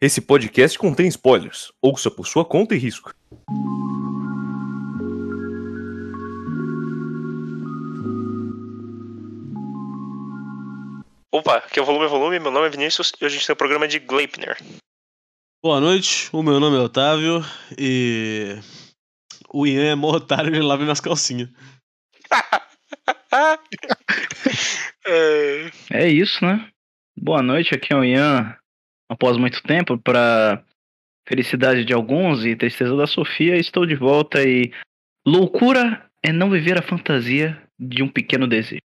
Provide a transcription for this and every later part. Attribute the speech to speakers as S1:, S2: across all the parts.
S1: Esse podcast contém spoilers. Ouça por sua conta e risco.
S2: Opa, aqui é o Volume Volume, meu nome é Vinícius e hoje a gente tem o programa de Gleipner.
S3: Boa noite, o meu nome é Otávio e. O Ian é mó otário ele lava minhas calcinhas.
S2: Ah! É,
S4: É isso, né? Boa noite, aqui é o Ian. Após muito tempo, para felicidade de alguns e tristeza da Sofia, estou de volta e loucura é não viver a fantasia de um pequeno desejo.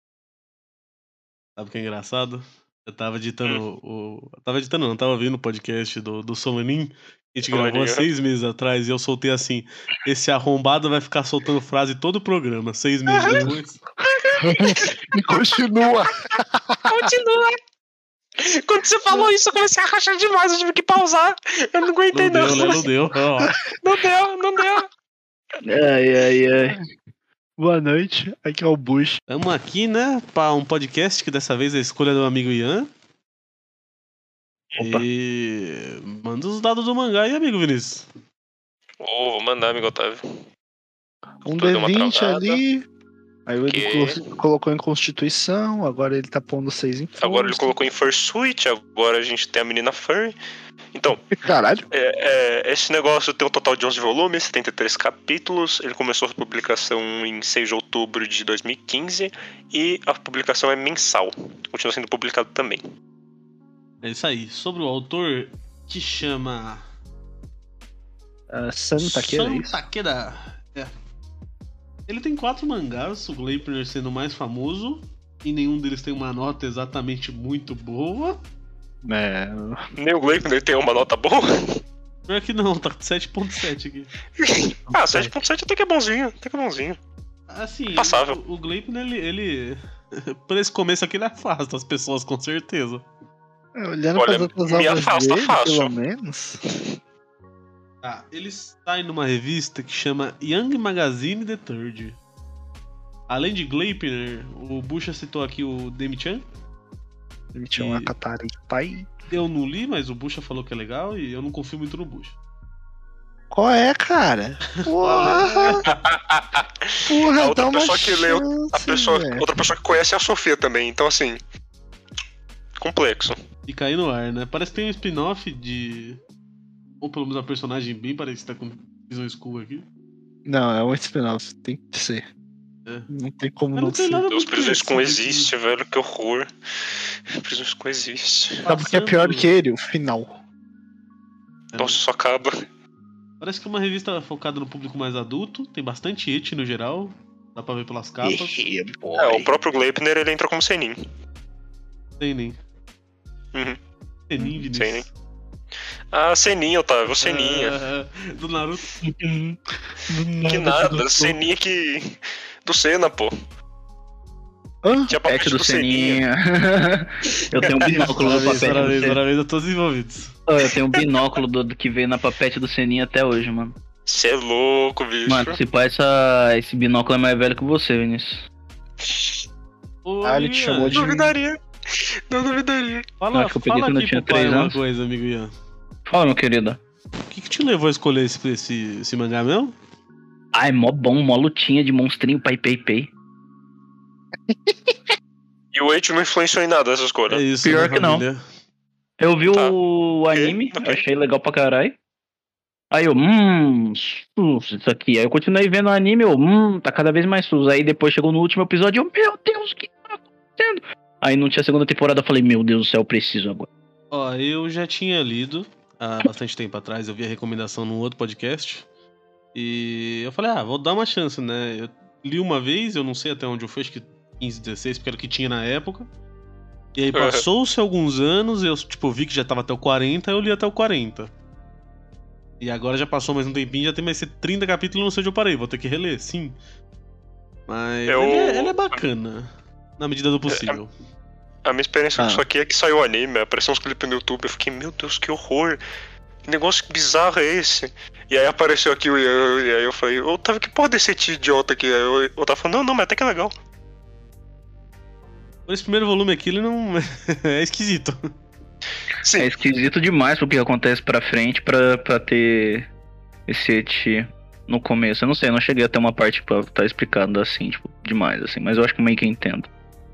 S3: Sabe o que é engraçado? Eu tava editando o. eu Tava editando, não, tava ouvindo o podcast do, do Solonin, que a gente gravou há
S2: Solonin, é.
S3: seis meses atrás, e eu soltei assim: esse arrombado vai ficar soltando frase todo o programa, seis meses depois.
S5: E continua.
S2: Continua! Quando você falou isso, eu comecei a rachar demais, eu tive que pausar. Eu não aguentei,
S3: Não
S2: não.
S3: deu, né? Não deu. Ó,
S2: Não deu, não deu.
S4: Ai, ai, ai.
S5: Boa noite, aqui é o Bush.
S3: Tamo aqui, né, pra um podcast que dessa vez é a escolha do amigo Ian.
S4: Opa.
S3: E. Manda os dados do mangá aí, amigo Vinícius.
S2: Ô, vou mandar, amigo Otávio.
S5: Um
S2: Deu uma
S5: D20
S2: travada.
S5: ali. Aí ele
S2: Que?
S5: colo- colocou em Constituição, agora ele tá pondo seis em força.
S2: Agora ele colocou em Fursuit, agora a gente tem a menina Furry. Então,
S5: Caralho,
S2: é, é, esse negócio tem um total de 11 volumes, 73 capítulos. Ele começou a publicação em 6 de outubro de 2015 e a publicação é mensal. Continua sendo publicado também.
S3: É isso aí. Sobre o autor que chama.
S5: ah, Santa que era
S3: Sam
S5: isso.
S3: Takeda. É. Ele tem quatro mangás, o Gleipner sendo o mais famoso. E nenhum deles tem uma nota exatamente muito boa.
S5: É,
S2: Neil Gleipner tem uma nota boa.
S3: Pior que não, tá com 7.7 aqui.
S2: Ah, 7.7 até que é bonzinho, até que é bonzinho.
S3: Assim,
S2: Passável.
S3: o, o Gleipner, ele... ele... Por esse começo aqui ele afasta as pessoas, com certeza.
S5: olhando
S2: Olha,
S5: para as outras
S2: me
S5: obras
S2: afasta
S5: dele,
S2: fácil.
S5: pelo menos.
S3: Tá, ele sai numa revista que chama Young Magazine The Third. Além de Gleipner, o Bucha citou aqui o Demi-chan.
S5: Ele tinha uma
S3: E-
S5: Katari Pai.
S3: Eu não li, mas o Bucha falou que é legal e eu não confio muito no Bucha.
S5: Qual é, cara? Porra!
S2: A
S5: Porra,
S2: outra
S5: dá uma
S2: pessoa
S5: chance,
S2: que leu, A pessoa,
S5: velho.
S2: outra pessoa que conhece é a Sofia também, então assim. Complexo.
S3: E cair no ar, né? Parece que tem um spin-off de. Ou pelo menos uma personagem bem parecida com Prison School aqui.
S5: Não, é um spin-off, tem que ser.
S3: É.
S5: Não tem como
S3: Mas
S5: não,
S3: não tem
S5: ser.
S3: nada
S2: Deus,
S3: muito
S2: Prison School
S3: interessante.
S2: existe, velho, que horror. Prison School existe.
S5: Sabe o que é pior
S3: Passando-
S5: que ele? O final.
S3: É.
S2: Nossa, só acaba.
S3: Parece que é uma revista focada no público mais adulto, tem bastante it no geral, dá pra ver pelas capas.
S2: É, o próprio Gleipner ele entra como Senin.
S3: Tem nem.
S2: Uhum.
S3: Tem nem, Vinícius.
S2: Tem nem. é. Ah, Senin, Otávio, Seninha.
S3: Ah, do Naruto.
S2: que nada, Seninha que. Do Senna, pô. Tinha
S5: Hã?
S4: É que
S2: papete
S4: do
S2: do Seninha.
S4: Seninha. eu tenho um
S5: É,
S4: binóculo no
S3: Parabéns,
S4: papete do
S3: parabéns,
S4: Seninha.
S3: parabéns a todos os envolvidos.
S4: Oh, Eu tenho um binóculo do, do que veio na papete do Seninha até hoje, mano.
S2: Você é louco, bicho.
S4: Mano, se pá, essa, esse binóculo é mais velho que você, Vinícius.
S3: Ô,
S5: Ah, ele te
S3: Ian,
S5: chamou de-
S2: duvidaria. Não duvidaria.
S3: Fala,
S4: Acho que eu peguei
S3: fala
S4: quando eu
S3: aqui
S4: tinha
S3: pro pai
S4: três
S3: uma
S4: anos.
S5: né?
S3: coisa, amigo Ian.
S4: Fala, meu querido.
S3: O que, que te levou a escolher esse, esse, esse mangá mesmo?
S4: Ah, é mó bom, mó lutinha de monstrinho, pai, pei, pei.
S2: E o Eight não influenciou em nada essa escolha.
S3: É isso.
S4: Pior
S3: né,
S4: que não.
S3: família?
S4: Eu vi
S2: Tá.
S4: o anime,
S2: ok.
S4: achei legal pra caralho. Aí eu, hum, sus, isso aqui. Aí eu continuei vendo o anime, eu, hum, tá cada vez mais sus. Aí depois chegou no último episódio, eu, meu Deus, o que tá acontecendo? Aí não tinha segunda temporada, eu falei, meu Deus do céu, eu preciso agora.
S3: Ó, eu já tinha lido há bastante tempo atrás, eu vi a recomendação num outro podcast. E eu falei, ah, vou dar uma chance, né? Eu li uma vez, eu não sei até onde eu fui, acho que 15, 16, porque era o que tinha na época. E aí
S2: Aham.
S3: passou-se alguns anos, eu tipo, vi que já tava até o 40, eu li até o 40. E agora já passou mais um tempinho, já tem mais 30 capítulos, não sei onde eu parei, vou ter que reler, sim. Mas
S2: Eu-
S3: ele, é, ele é bacana, na medida do possível.
S2: A minha experiência
S5: Ah.
S2: com isso aqui é que saiu o anime, apareceu uns clipes no YouTube. Eu fiquei, meu Deus, que horror! Que negócio bizarro é esse? E aí apareceu aqui o Ian, e aí eu falei, Otávio, que porra desse tio idiota aqui? Aí eu- eu tava falando, não, não, mas até que é legal.
S3: Esse primeiro volume aqui, ele não... é esquisito.
S2: Sim.
S4: É esquisito demais pro que acontece pra frente pra, pra ter esse et no começo. Eu não sei, eu não cheguei até uma parte pra tá explicando assim, tipo, demais, assim, mas eu acho que meio que eu entendo.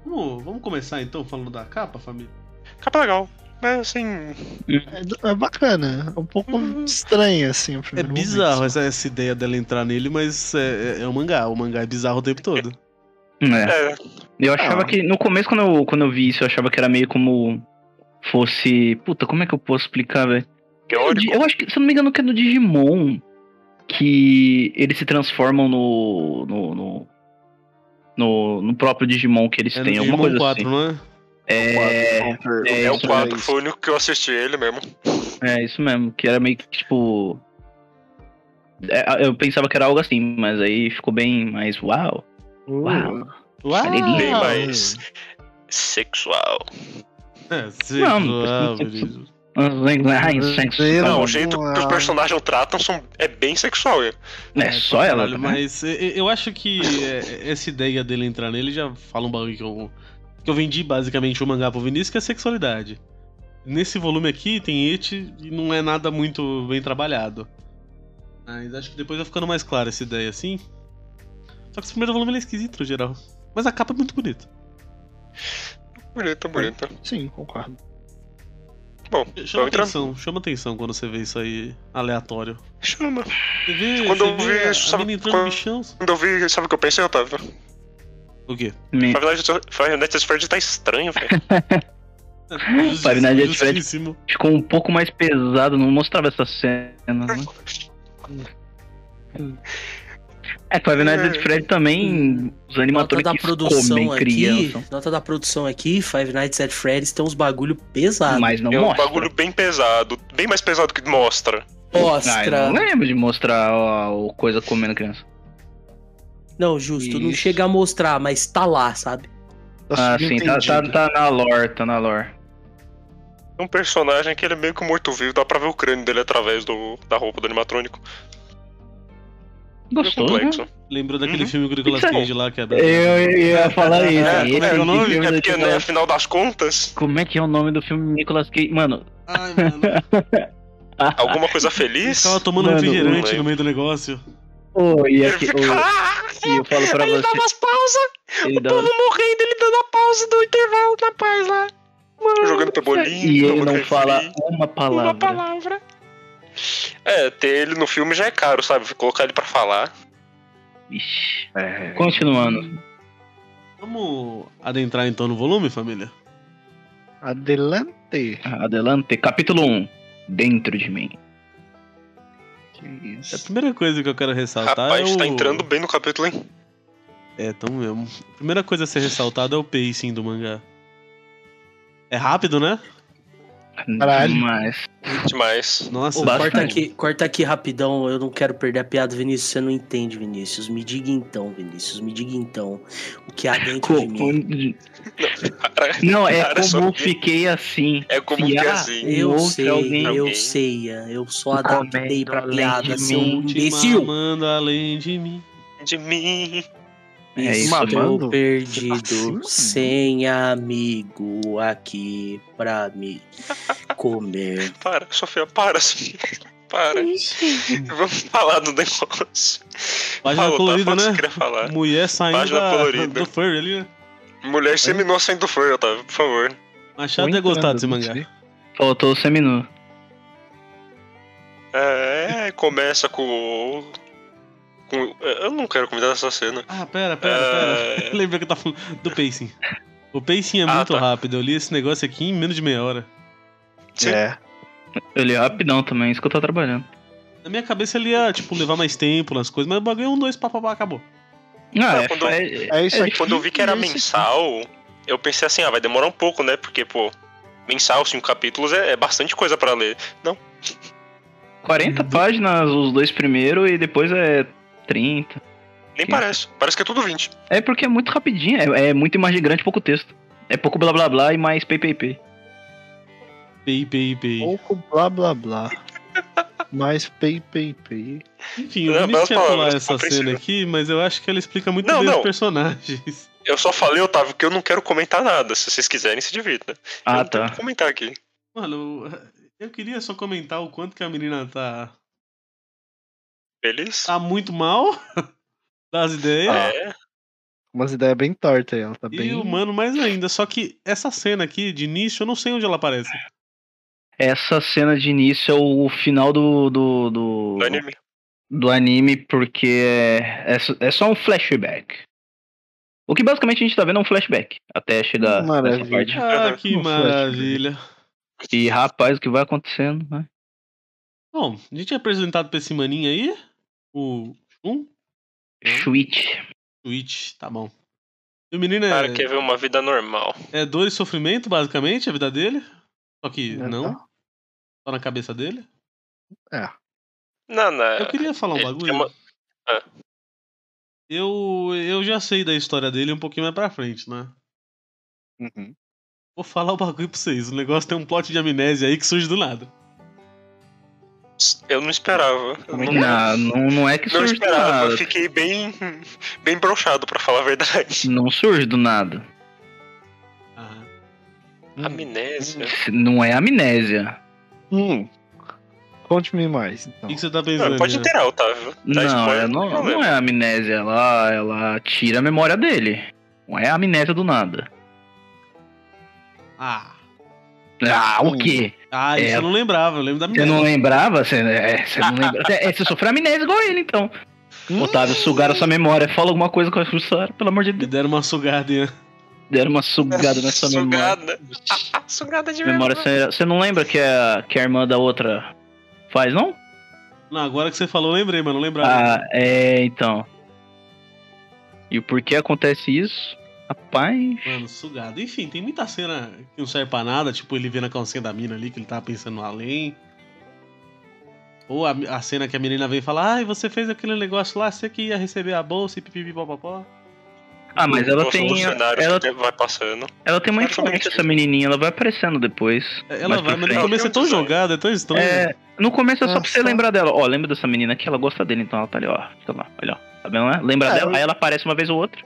S3: Vamos, vamos começar então falando da capa, família?
S2: Capa legal. Mas assim.
S5: É, é bacana. É um pouco
S2: Hum.
S5: estranho, assim. o
S3: É
S5: primeiro
S3: bizarro
S5: momento.
S3: essa, essa ideia dela entrar nele, mas é, é- é um mangá. O mangá é bizarro o tempo todo.
S4: É.
S2: É,
S4: Eu achava
S5: Ah.
S4: que. No começo, quando eu, quando eu vi isso, eu achava que era meio como fosse. Puta, como é que eu posso explicar, velho?
S2: teórico.
S4: Eu acho que, se eu não me engano, que é no Digimon. Que eles se transformam no. no. no, no, no próprio Digimon que eles
S3: É
S4: têm,
S3: no
S4: alguma
S3: Digimon
S4: coisa
S3: 4,
S4: assim.
S3: não é?
S4: É,
S2: É, o
S4: isso
S2: 4, foi o único que eu assisti ele mesmo.
S4: é isso mesmo, que era meio que tipo. é, eu pensava que era algo assim, mas aí ficou bem mais uau. Uau. Uau!
S2: Bem
S4: Ah,
S2: mais sexual.
S3: É,
S4: Não,
S3: sexual,
S4: mas-
S3: beleza.
S4: Ai,
S5: Eu
S2: Não,
S5: não,
S2: o jeito que os
S5: ah.
S2: personagens o tratam são, é bem sexual. é.
S4: É só
S3: pra
S4: ela.
S3: caralho,
S4: né?
S3: Mas e- e- eu acho que é, essa ideia dele entrar nele já fala um bagulho que eu, que eu vendi basicamente o mangá pro Vinícius, que é sexualidade. Nesse volume aqui tem It e não é nada muito bem trabalhado. Mas acho que depois vai ficando mais clara essa ideia, assim. Só que esse primeiro volume ele é esquisito no geral. Mas a capa é muito bonita.
S2: Bonita, bonita.
S5: Sim, concordo.
S2: Bom,
S3: Chama
S2: vamos entrar.
S3: atenção, chama atenção quando você vê isso aí aleatório.
S2: Chama.
S3: Você vê,
S2: Quando
S3: você
S2: eu
S3: vê
S2: vi
S3: a-
S2: isso,
S3: a
S2: sabe
S3: mina entrando
S2: quando-
S3: no bichão.
S2: Quando eu vi, sabe o que eu pensei, Otávio?
S3: O quê?
S4: Me-
S2: Na verdade, o Final Fantasy Fred tá estranho, velho.
S4: Farinha de Fred.
S3: Justíssimo.
S4: Ficou um pouco mais pesado, não mostrava essa cena. Né? É, pra ver na Dead Fred também, os
S6: Nota
S4: animadores
S6: da
S4: que
S6: produção
S4: comem
S6: aqui.
S4: criança.
S6: Nota da produção aqui, Five Nights at Freddy's tem uns bagulho pesado.
S4: Mas não
S2: É um
S4: mostra.
S2: bagulho bem pesado. Bem mais pesado que mostra.
S4: Ah, eu não
S6: Mostra.
S4: lembro de mostrar ó, o coisa comendo criança.
S6: Não, justo, não
S4: Isso.
S6: chega a mostrar, mas tá lá, sabe?
S4: Ah, sim, tá, tá,
S5: subentendido.
S4: tá na lore, tá na lore.
S2: É um personagem que ele é meio que morto-vivo, dá pra ver o crânio dele através do, da roupa do animatrônico. Meio
S4: Gostoso, né?
S2: complexo.
S3: Lembrou daquele
S2: Uhum.
S3: filme com o Nicolas
S4: Então,
S3: Cage lá que é da...
S4: Eu ia falar isso.
S2: É,
S4: esse
S2: como é, o
S4: filme
S2: nome?
S4: da
S2: É porque, né,
S4: Nicolas-
S2: afinal das contas,
S4: Como é que é o nome do filme Nicolas Cage? Mano,
S3: Ai, mano.
S2: alguma coisa
S3: Ele
S2: feliz.
S3: tava tomando
S4: Mano,
S3: refrigerante
S2: não
S3: no meio do negócio.
S4: oh, e,
S2: Ele
S4: aqui, assim.
S2: fica.
S4: oh,
S2: "Ah!"
S4: e eu falo pra
S2: Aí ele dá
S4: você.
S2: umas pausas,
S4: Ele
S2: o
S4: dá-
S2: povo morrendo, ele dando a pausa do intervalo na paz lá. Jogando pebolinho,
S4: e ele
S2: tomando
S4: não
S2: refri,
S4: fala uma
S2: uma
S4: palavra.
S2: palavra. É, ter ele no filme já é caro, sabe? Colocar ele pra falar.
S4: Ixi. Continuando.
S3: Vamos adentrar então no volume, família?
S5: Adelante.
S4: Adelante. Capítulo 1. Dentro de mim.
S5: Que
S3: É A
S5: isso.
S3: primeira coisa que eu quero ressaltar
S2: Rapaz,
S3: é o...
S2: tá entrando bem no capítulo, hein?
S3: É, tão mesmo. A primeira coisa a ser ressaltada é o pacing do mangá. É rápido, né?
S5: Caralho.
S4: Mas.
S2: Demais.
S3: Nossa.
S6: Ô,
S4: Bastante.
S6: corta, aqui, corta aqui rapidão, eu não quero perder a piada, Vinícius. Você não entende, Vinícius. Me diga então, Vinícius, me diga então o que há dentro de mim.
S4: um Não, é
S2: Cara, só
S4: como eu
S2: que-
S4: fiquei assim.
S2: É como
S4: E
S2: que é
S4: a-
S2: assim.
S6: Eu
S4: Outro
S6: sei,
S4: alguém-
S6: eu
S2: alguém.
S6: sei, eu só adaptei pra
S4: além
S6: piada,
S4: de
S6: seu
S4: mim,
S3: Te
S6: imbecil.
S3: mamando além de mim.
S2: De mim.
S4: É isso,
S6: Estou
S5: mamando?
S6: perdido,
S5: Assim?
S6: sem amigo aqui pra me comer.
S2: Para, Sofia, para, Sofia. Para. Vamos falar do negócio.
S3: Página
S2: Fala, Otávio,
S3: colorida,
S2: fala o que
S3: né?
S2: Você queria falar.
S3: Mulher saindo
S2: Página
S3: da,
S2: colorida.
S3: do furry ali, né?
S2: Mulher seminou sem do fur, Otávio, por favor.
S3: Machado é gostado desse mangá.
S4: Faltou o seminu.
S2: É, começa com. o- com- é, eu não quero comentar essa cena.
S3: Ah, pera, pera, pera.
S2: É.
S3: Eu Lembrei que eu tava falando do pacing. O pacing é
S2: Ah,
S3: muito
S2: tá.
S3: rápido. Eu li esse negócio aqui em menos de meia hora.
S2: Sim.
S5: É.
S4: Eu li rapidão também, isso que eu tô trabalhando.
S3: Na minha cabeça ele ia, tipo, levar mais tempo nas coisas, mas o bagulho é um, dois, papapá, acabou.
S4: Ah,
S2: Ah,
S4: é,
S2: quando-
S4: é-
S5: É isso aqui.
S2: Quando eu vi que era
S5: e é isso aqui.
S2: mensal, eu pensei assim, ah, vai demorar um pouco, né? Porque, pô, mensal, cinco capítulos é, é bastante coisa pra ler.
S4: 40 páginas os dois primeiro e depois é 30.
S2: Nem
S4: Sim.
S2: parece. Parece que é tudo 20.
S4: É porque é muito rapidinho, é, é muita imagem grande, pouco texto. É pouco blá blá blá e mais PPP.
S3: Pei, pei, pei.
S5: Pouco blá blá blá. Mas pei, pei, pei.
S3: Enfim, o
S2: Não,
S3: Vinícius
S2: belas
S3: quer pular
S2: palavras,
S3: essa cena
S2: compreensível.
S3: aqui, mas eu acho que ela explica muito
S2: Não,
S3: bem os
S2: não.
S3: personagens.
S2: Eu só falei, Otávio, que eu não quero comentar nada. Se vocês quiserem, se divirta. eu
S4: Ah,
S2: não tenho o
S4: tá.
S2: que um comentar aqui.
S3: Mano, eu queria só comentar o quanto que a menina tá,
S2: Feliz?
S3: tá muito mal das ideias.
S4: Ah,
S2: é.
S5: Umas ideias bem tortas aí, ela tá
S3: E
S5: bem.
S3: o mano mais ainda, só que essa cena aqui, de início, eu não sei onde ela aparece.
S2: Ah,
S4: Essa cena de início é o final do. do, do,
S2: Do anime.
S4: do anime, porque é, é só- é só um flashback. O que basicamente a gente tá vendo é um flashback até chegar nessa
S5: Maravilha.
S4: parte.
S3: Ah, que
S5: Não foi, né?
S3: maravilha.
S4: E rapaz, o que vai acontecendo, né?
S3: Bom, a gente é apresentado pra esse maninho aí. O Shun?
S2: Hum.
S4: Switch.
S3: Twitch, tá bom. E o menino
S2: O cara
S3: é,
S2: quer ver uma vida normal.
S3: é dor e sofrimento, basicamente, a vida dele. Só que
S5: É,
S3: não.
S5: tá.
S3: Só na cabeça dele.
S2: Não, não.
S3: Eu queria falar um
S2: ele
S3: bagulho.
S2: tem uma- Ah.
S3: Eu, eu já sei da história dele um pouquinho mais pra frente, né?
S5: Uhum.
S3: Vou falar o bagulho pra vocês. O negócio tem um plot de amnésia aí que surge do nada.
S2: Eu não esperava. Eu não,
S4: Não, não, não é que
S2: não
S4: surge do
S2: esperava.
S4: nada.
S2: Eu fiquei bem. bem broxado, pra falar a verdade.
S4: Não surge do nada.
S3: Ah,
S4: Hum.
S2: Amnésia.
S4: Não é amnésia.
S5: Hum. Conte-me mais,
S3: O
S5: então.
S3: que que você tá pensando?
S2: Não, pode
S3: né?
S2: inteirar, Otávio. Dá
S4: Não,
S2: spoiler,
S4: é,
S2: tem
S4: não,
S2: problema.
S4: não é amnésia. Ela, ela tira a memória dele. Não é amnésia do nada.
S3: Ah,
S4: Ah, o
S5: Hum.
S4: quê?
S3: ah isso
S4: É.
S3: eu não lembrava. Eu lembro da
S4: Você
S3: amnésia.
S4: não lembrava? Você, é, você não lembra. Você, é, você sofreu amnésia igual ele, então.
S2: Hum.
S4: Otávio, sugaram sua memória. Fala alguma coisa com a Jussara, pelo amor de
S3: Me
S4: Deus.
S3: deram uma sugada. hein?
S4: Deram uma sugada nessa memória.
S2: Sugada. Ah, sugada de
S4: memória.
S2: memória.
S4: Você, você não lembra que a, que a irmã da outra faz, não?
S3: Não, agora que você falou, eu lembrei, mas não lembrava.
S4: Ah, é, então. E o porquê acontece isso? Rapaz.
S3: Mano, sugada. Enfim, tem muita cena que não serve pra nada. Tipo, ele vendo a calcinha da mina ali, que ele tava pensando no além. Ou a, a cena que a menina vem e fala: Ai, você fez aquele negócio lá, você que ia receber a bolsa e pipipi popopó.
S4: Ah, mas ela
S2: Nossa, um os
S4: tem.
S2: cenários
S4: Ela,
S2: que vai passando.
S4: ela tem uma
S2: Mas tudo bem.
S4: influência, essa menininha. Ela vai aparecendo depois.
S3: É, Ela
S4: mais
S3: vai,
S4: pra
S3: mas no
S4: frente.
S3: começo é tão jogada, é tão estranho.
S4: É, no começo é só pra você
S5: Nossa.
S4: lembrar dela. Ó, lembra dessa menina aqui? Ela gosta dele, então ela tá ali, ó. Tá lá, olha, ó. Tá vendo, né? Lembra
S5: É,
S4: dela,
S5: eu-
S4: aí ela aparece uma vez ou outra.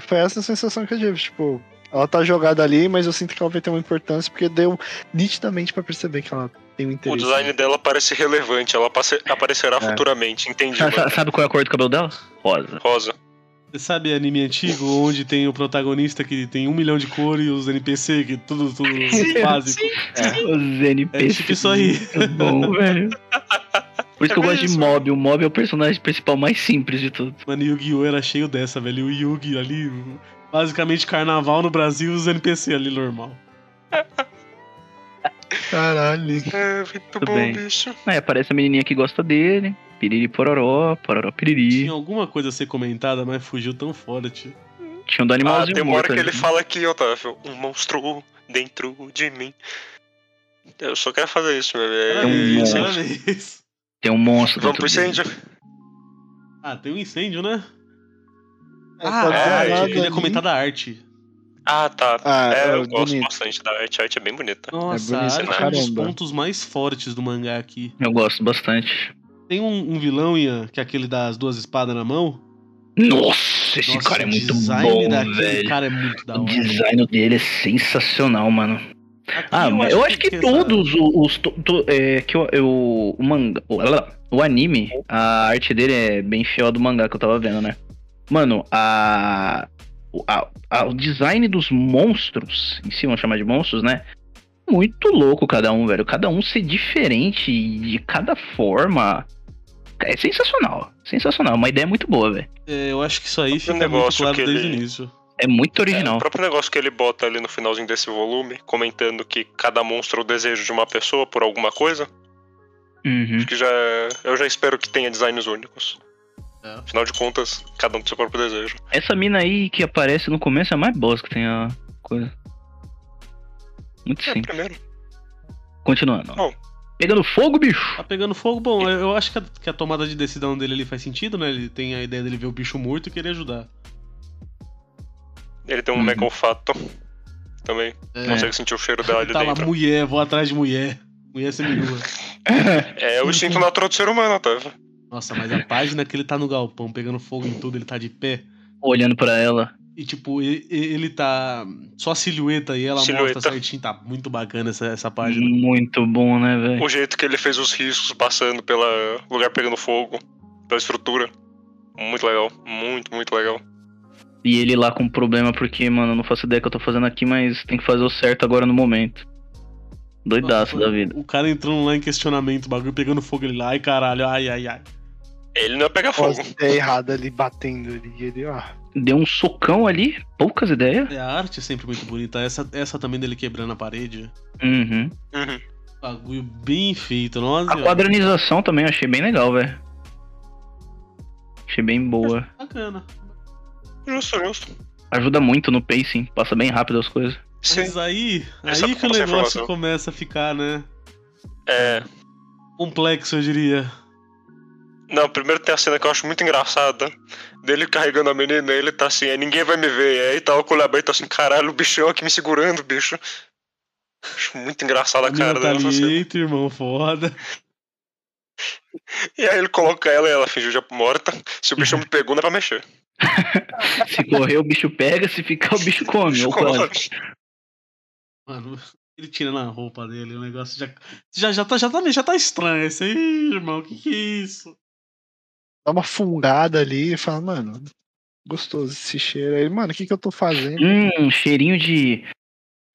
S5: Foi essa a sensação que eu tive, tipo, ela tá jogada ali, mas eu sinto que ela vai ter uma importância, porque deu nitidamente pra perceber que ela tem um
S2: O
S5: interesse.
S2: design dela parece relevante, ela passe-
S4: É.
S2: aparecerá futuramente, entendi,
S4: Sa- sa-
S2: mano.
S4: Sabe qual é a cor do cabelo dela? Rosa.
S2: Rosa.
S3: Você sabe anime antigo, onde tem o protagonista que tem um milhão de cores e os NPC, que tudo, tudo básico.
S5: É.
S4: Os NPCs.
S3: É tipo isso aí.
S4: Muito bom, velho. Por isso que eu
S2: É
S4: gosto de
S2: mesmo.
S4: Mob. O Mob é o personagem principal mais simples de tudo.
S3: Mano, Yu-Gi-Oh! era cheio dessa, velho. O Yu-Gi ali, basicamente carnaval no Brasil, os NPC ali normal.
S5: Caralho.
S2: É, muito
S4: Tudo
S2: bom,
S4: bem.
S2: bicho.
S4: Aí aparece a menininha que gosta dele. Piriri pororó, pororó piriri.
S3: Tinha alguma coisa a ser comentada, mas fugiu tão forte.
S4: Tinha um do
S2: Ah,
S4: animalzinho
S2: tem uma hora
S4: morto.
S2: que ele
S4: ali.
S2: fala aqui, Otávio, um monstro dentro de mim. Eu só quero fazer isso, meu é Então,
S3: Era
S4: um
S2: velho.
S3: isso,
S4: monstro.
S3: era isso.
S4: Tem um monstro
S2: Vamos
S4: dentro
S2: pro incêndio.
S3: Ah, tem um incêndio, né?
S5: Ela tá
S3: Ah,
S2: é,
S3: eu
S5: jogada
S3: queria
S5: ali.
S3: comentar da arte.
S2: Ah, tá.
S5: Ah,
S2: é, eu
S5: é
S2: gosto
S5: bonito.
S2: bastante da arte, a arte é bem bonita.
S3: Nossa, a
S5: bonito
S3: arte
S2: pra
S3: é um dos
S5: caramba.
S3: pontos mais fortes do mangá aqui.
S4: Eu gosto bastante.
S3: Tem um, um vilão, Ian, que é aquele das duas espadas na mão.
S4: Nossa, esse
S3: Nossa,
S4: cara é
S3: o
S4: muito
S3: design
S4: bom,
S3: daquele
S4: velho.
S3: cara é muito da
S4: O
S3: hora.
S4: design dele é sensacional, mano.
S3: Aqui
S4: Ah, mas eu acho que,
S3: essa-
S4: todos os. os to- to- é, que eu, eu- o manga. O, lá, lá, o anime, a arte dele é bem fiel ao do mangá que eu tava vendo, né? Mano, a. o- a- a- o design dos monstros, em si, vamos chamar de monstros, né? Muito louco cada um, velho. Cada um ser diferente e de cada forma. É sensacional. Sensacional. Uma ideia muito boa, velho.
S3: É, eu acho que isso aí
S4: um
S2: Outro
S3: fica muito
S2: negócio
S3: claro
S2: que
S3: desde o
S2: ele-
S3: início.
S4: É muito
S2: É, o
S4: original.
S2: próprio negócio que ele bota ali no finalzinho desse volume, comentando que cada monstro é o desejo de uma pessoa por alguma coisa,
S4: Uhum.
S2: acho que já é, eu já espero que tenha designs únicos.
S3: É.
S2: Afinal de contas, cada um tem seu próprio desejo.
S4: Essa mina aí que aparece no começo é a mais boss que tem a coisa. Muito
S2: É,
S4: simples.
S2: primeiro.
S4: Continuando.
S2: Bom.
S4: Pegando fogo, bicho.
S3: Tá pegando fogo, bom, eu eu acho que a, que a tomada de decisão dele ali faz sentido, né? Ele tem a ideia dele ver o bicho morto e querer ajudar.
S2: Ele tem um
S4: Uhum.
S2: megalfato também.
S3: É.
S2: Consegue sentir o cheiro dela ali
S3: tá lá,
S2: dentro.
S3: mulher, vou atrás de mulher. Mulher seminua.
S2: É o instinto natural do ser humano, tá? Otávio.
S3: Nossa, mas a página que ele tá no galpão, pegando fogo em tudo, ele tá de pé.
S4: Olhando pra ela.
S3: E, tipo, ele, ele tá. Só a silhueta e ela
S2: Silhueta.
S3: mostra certinho. Tá muito bacana essa, essa
S4: Hum,
S3: página.
S4: Muito bom, né, velho?
S2: O jeito que ele fez os riscos passando pelo lugar pegando fogo, pela estrutura. Muito legal, muito, muito legal.
S4: E ele lá com problema porque, mano, eu não faço ideia que eu tô fazendo aqui, mas tem que fazer o certo agora no momento. Doidaço da vida.
S3: O cara entrando lá em questionamento, o bagulho pegando fogo ele lá. Ai, caralho, ai, ai, ai.
S2: Ele não é pega
S5: Ó,
S2: fogo.
S5: se der errado ali, batendo ali, ele, ó.
S4: Deu um socão ali, poucas ideias.
S3: É, a arte é sempre muito bonita. Essa, essa também dele quebrando a parede.
S4: Uhum.
S2: Uhum.
S3: Bagulho bem feito, nossa.
S4: A quadrinização também eu achei bem legal, velho. Achei bem boa.
S3: Bacana.
S2: Justo, justo.
S4: Ajuda muito no pacing, passa bem rápido as coisas.
S2: Sim.
S3: Mas aí,
S2: Essa
S3: aí que o
S2: essa
S3: negócio
S2: informação.
S3: começa a ficar, né?
S2: É.
S3: Complexo, eu diria.
S2: Não, primeiro tem a cena que eu acho muito engraçada. Dele carregando a menina, ele tá assim, "É, ninguém vai me ver. E aí tá o Colabé tá assim, caralho, o bichão aqui me segurando, bicho. Acho muito engraçada a cara dela. assim. essa cena.
S3: Eita, tá irmão, foda.
S2: E aí ele coloca ela e ela fingiu já morta. Se o bichão me pegou, não é pra mexer.
S4: Se correr, o bicho pega, se ficar, o bicho come. assim, Ou quase.
S3: Mano, ele tira na roupa dele, o negócio já. Já, já, tá, já, tá, já tá estranho esse aí, irmão. Que que é isso?
S5: Dá uma fungada ali e fala, mano, gostoso esse cheiro aí. Mano, o que que eu tô fazendo?
S4: Hum, cheirinho de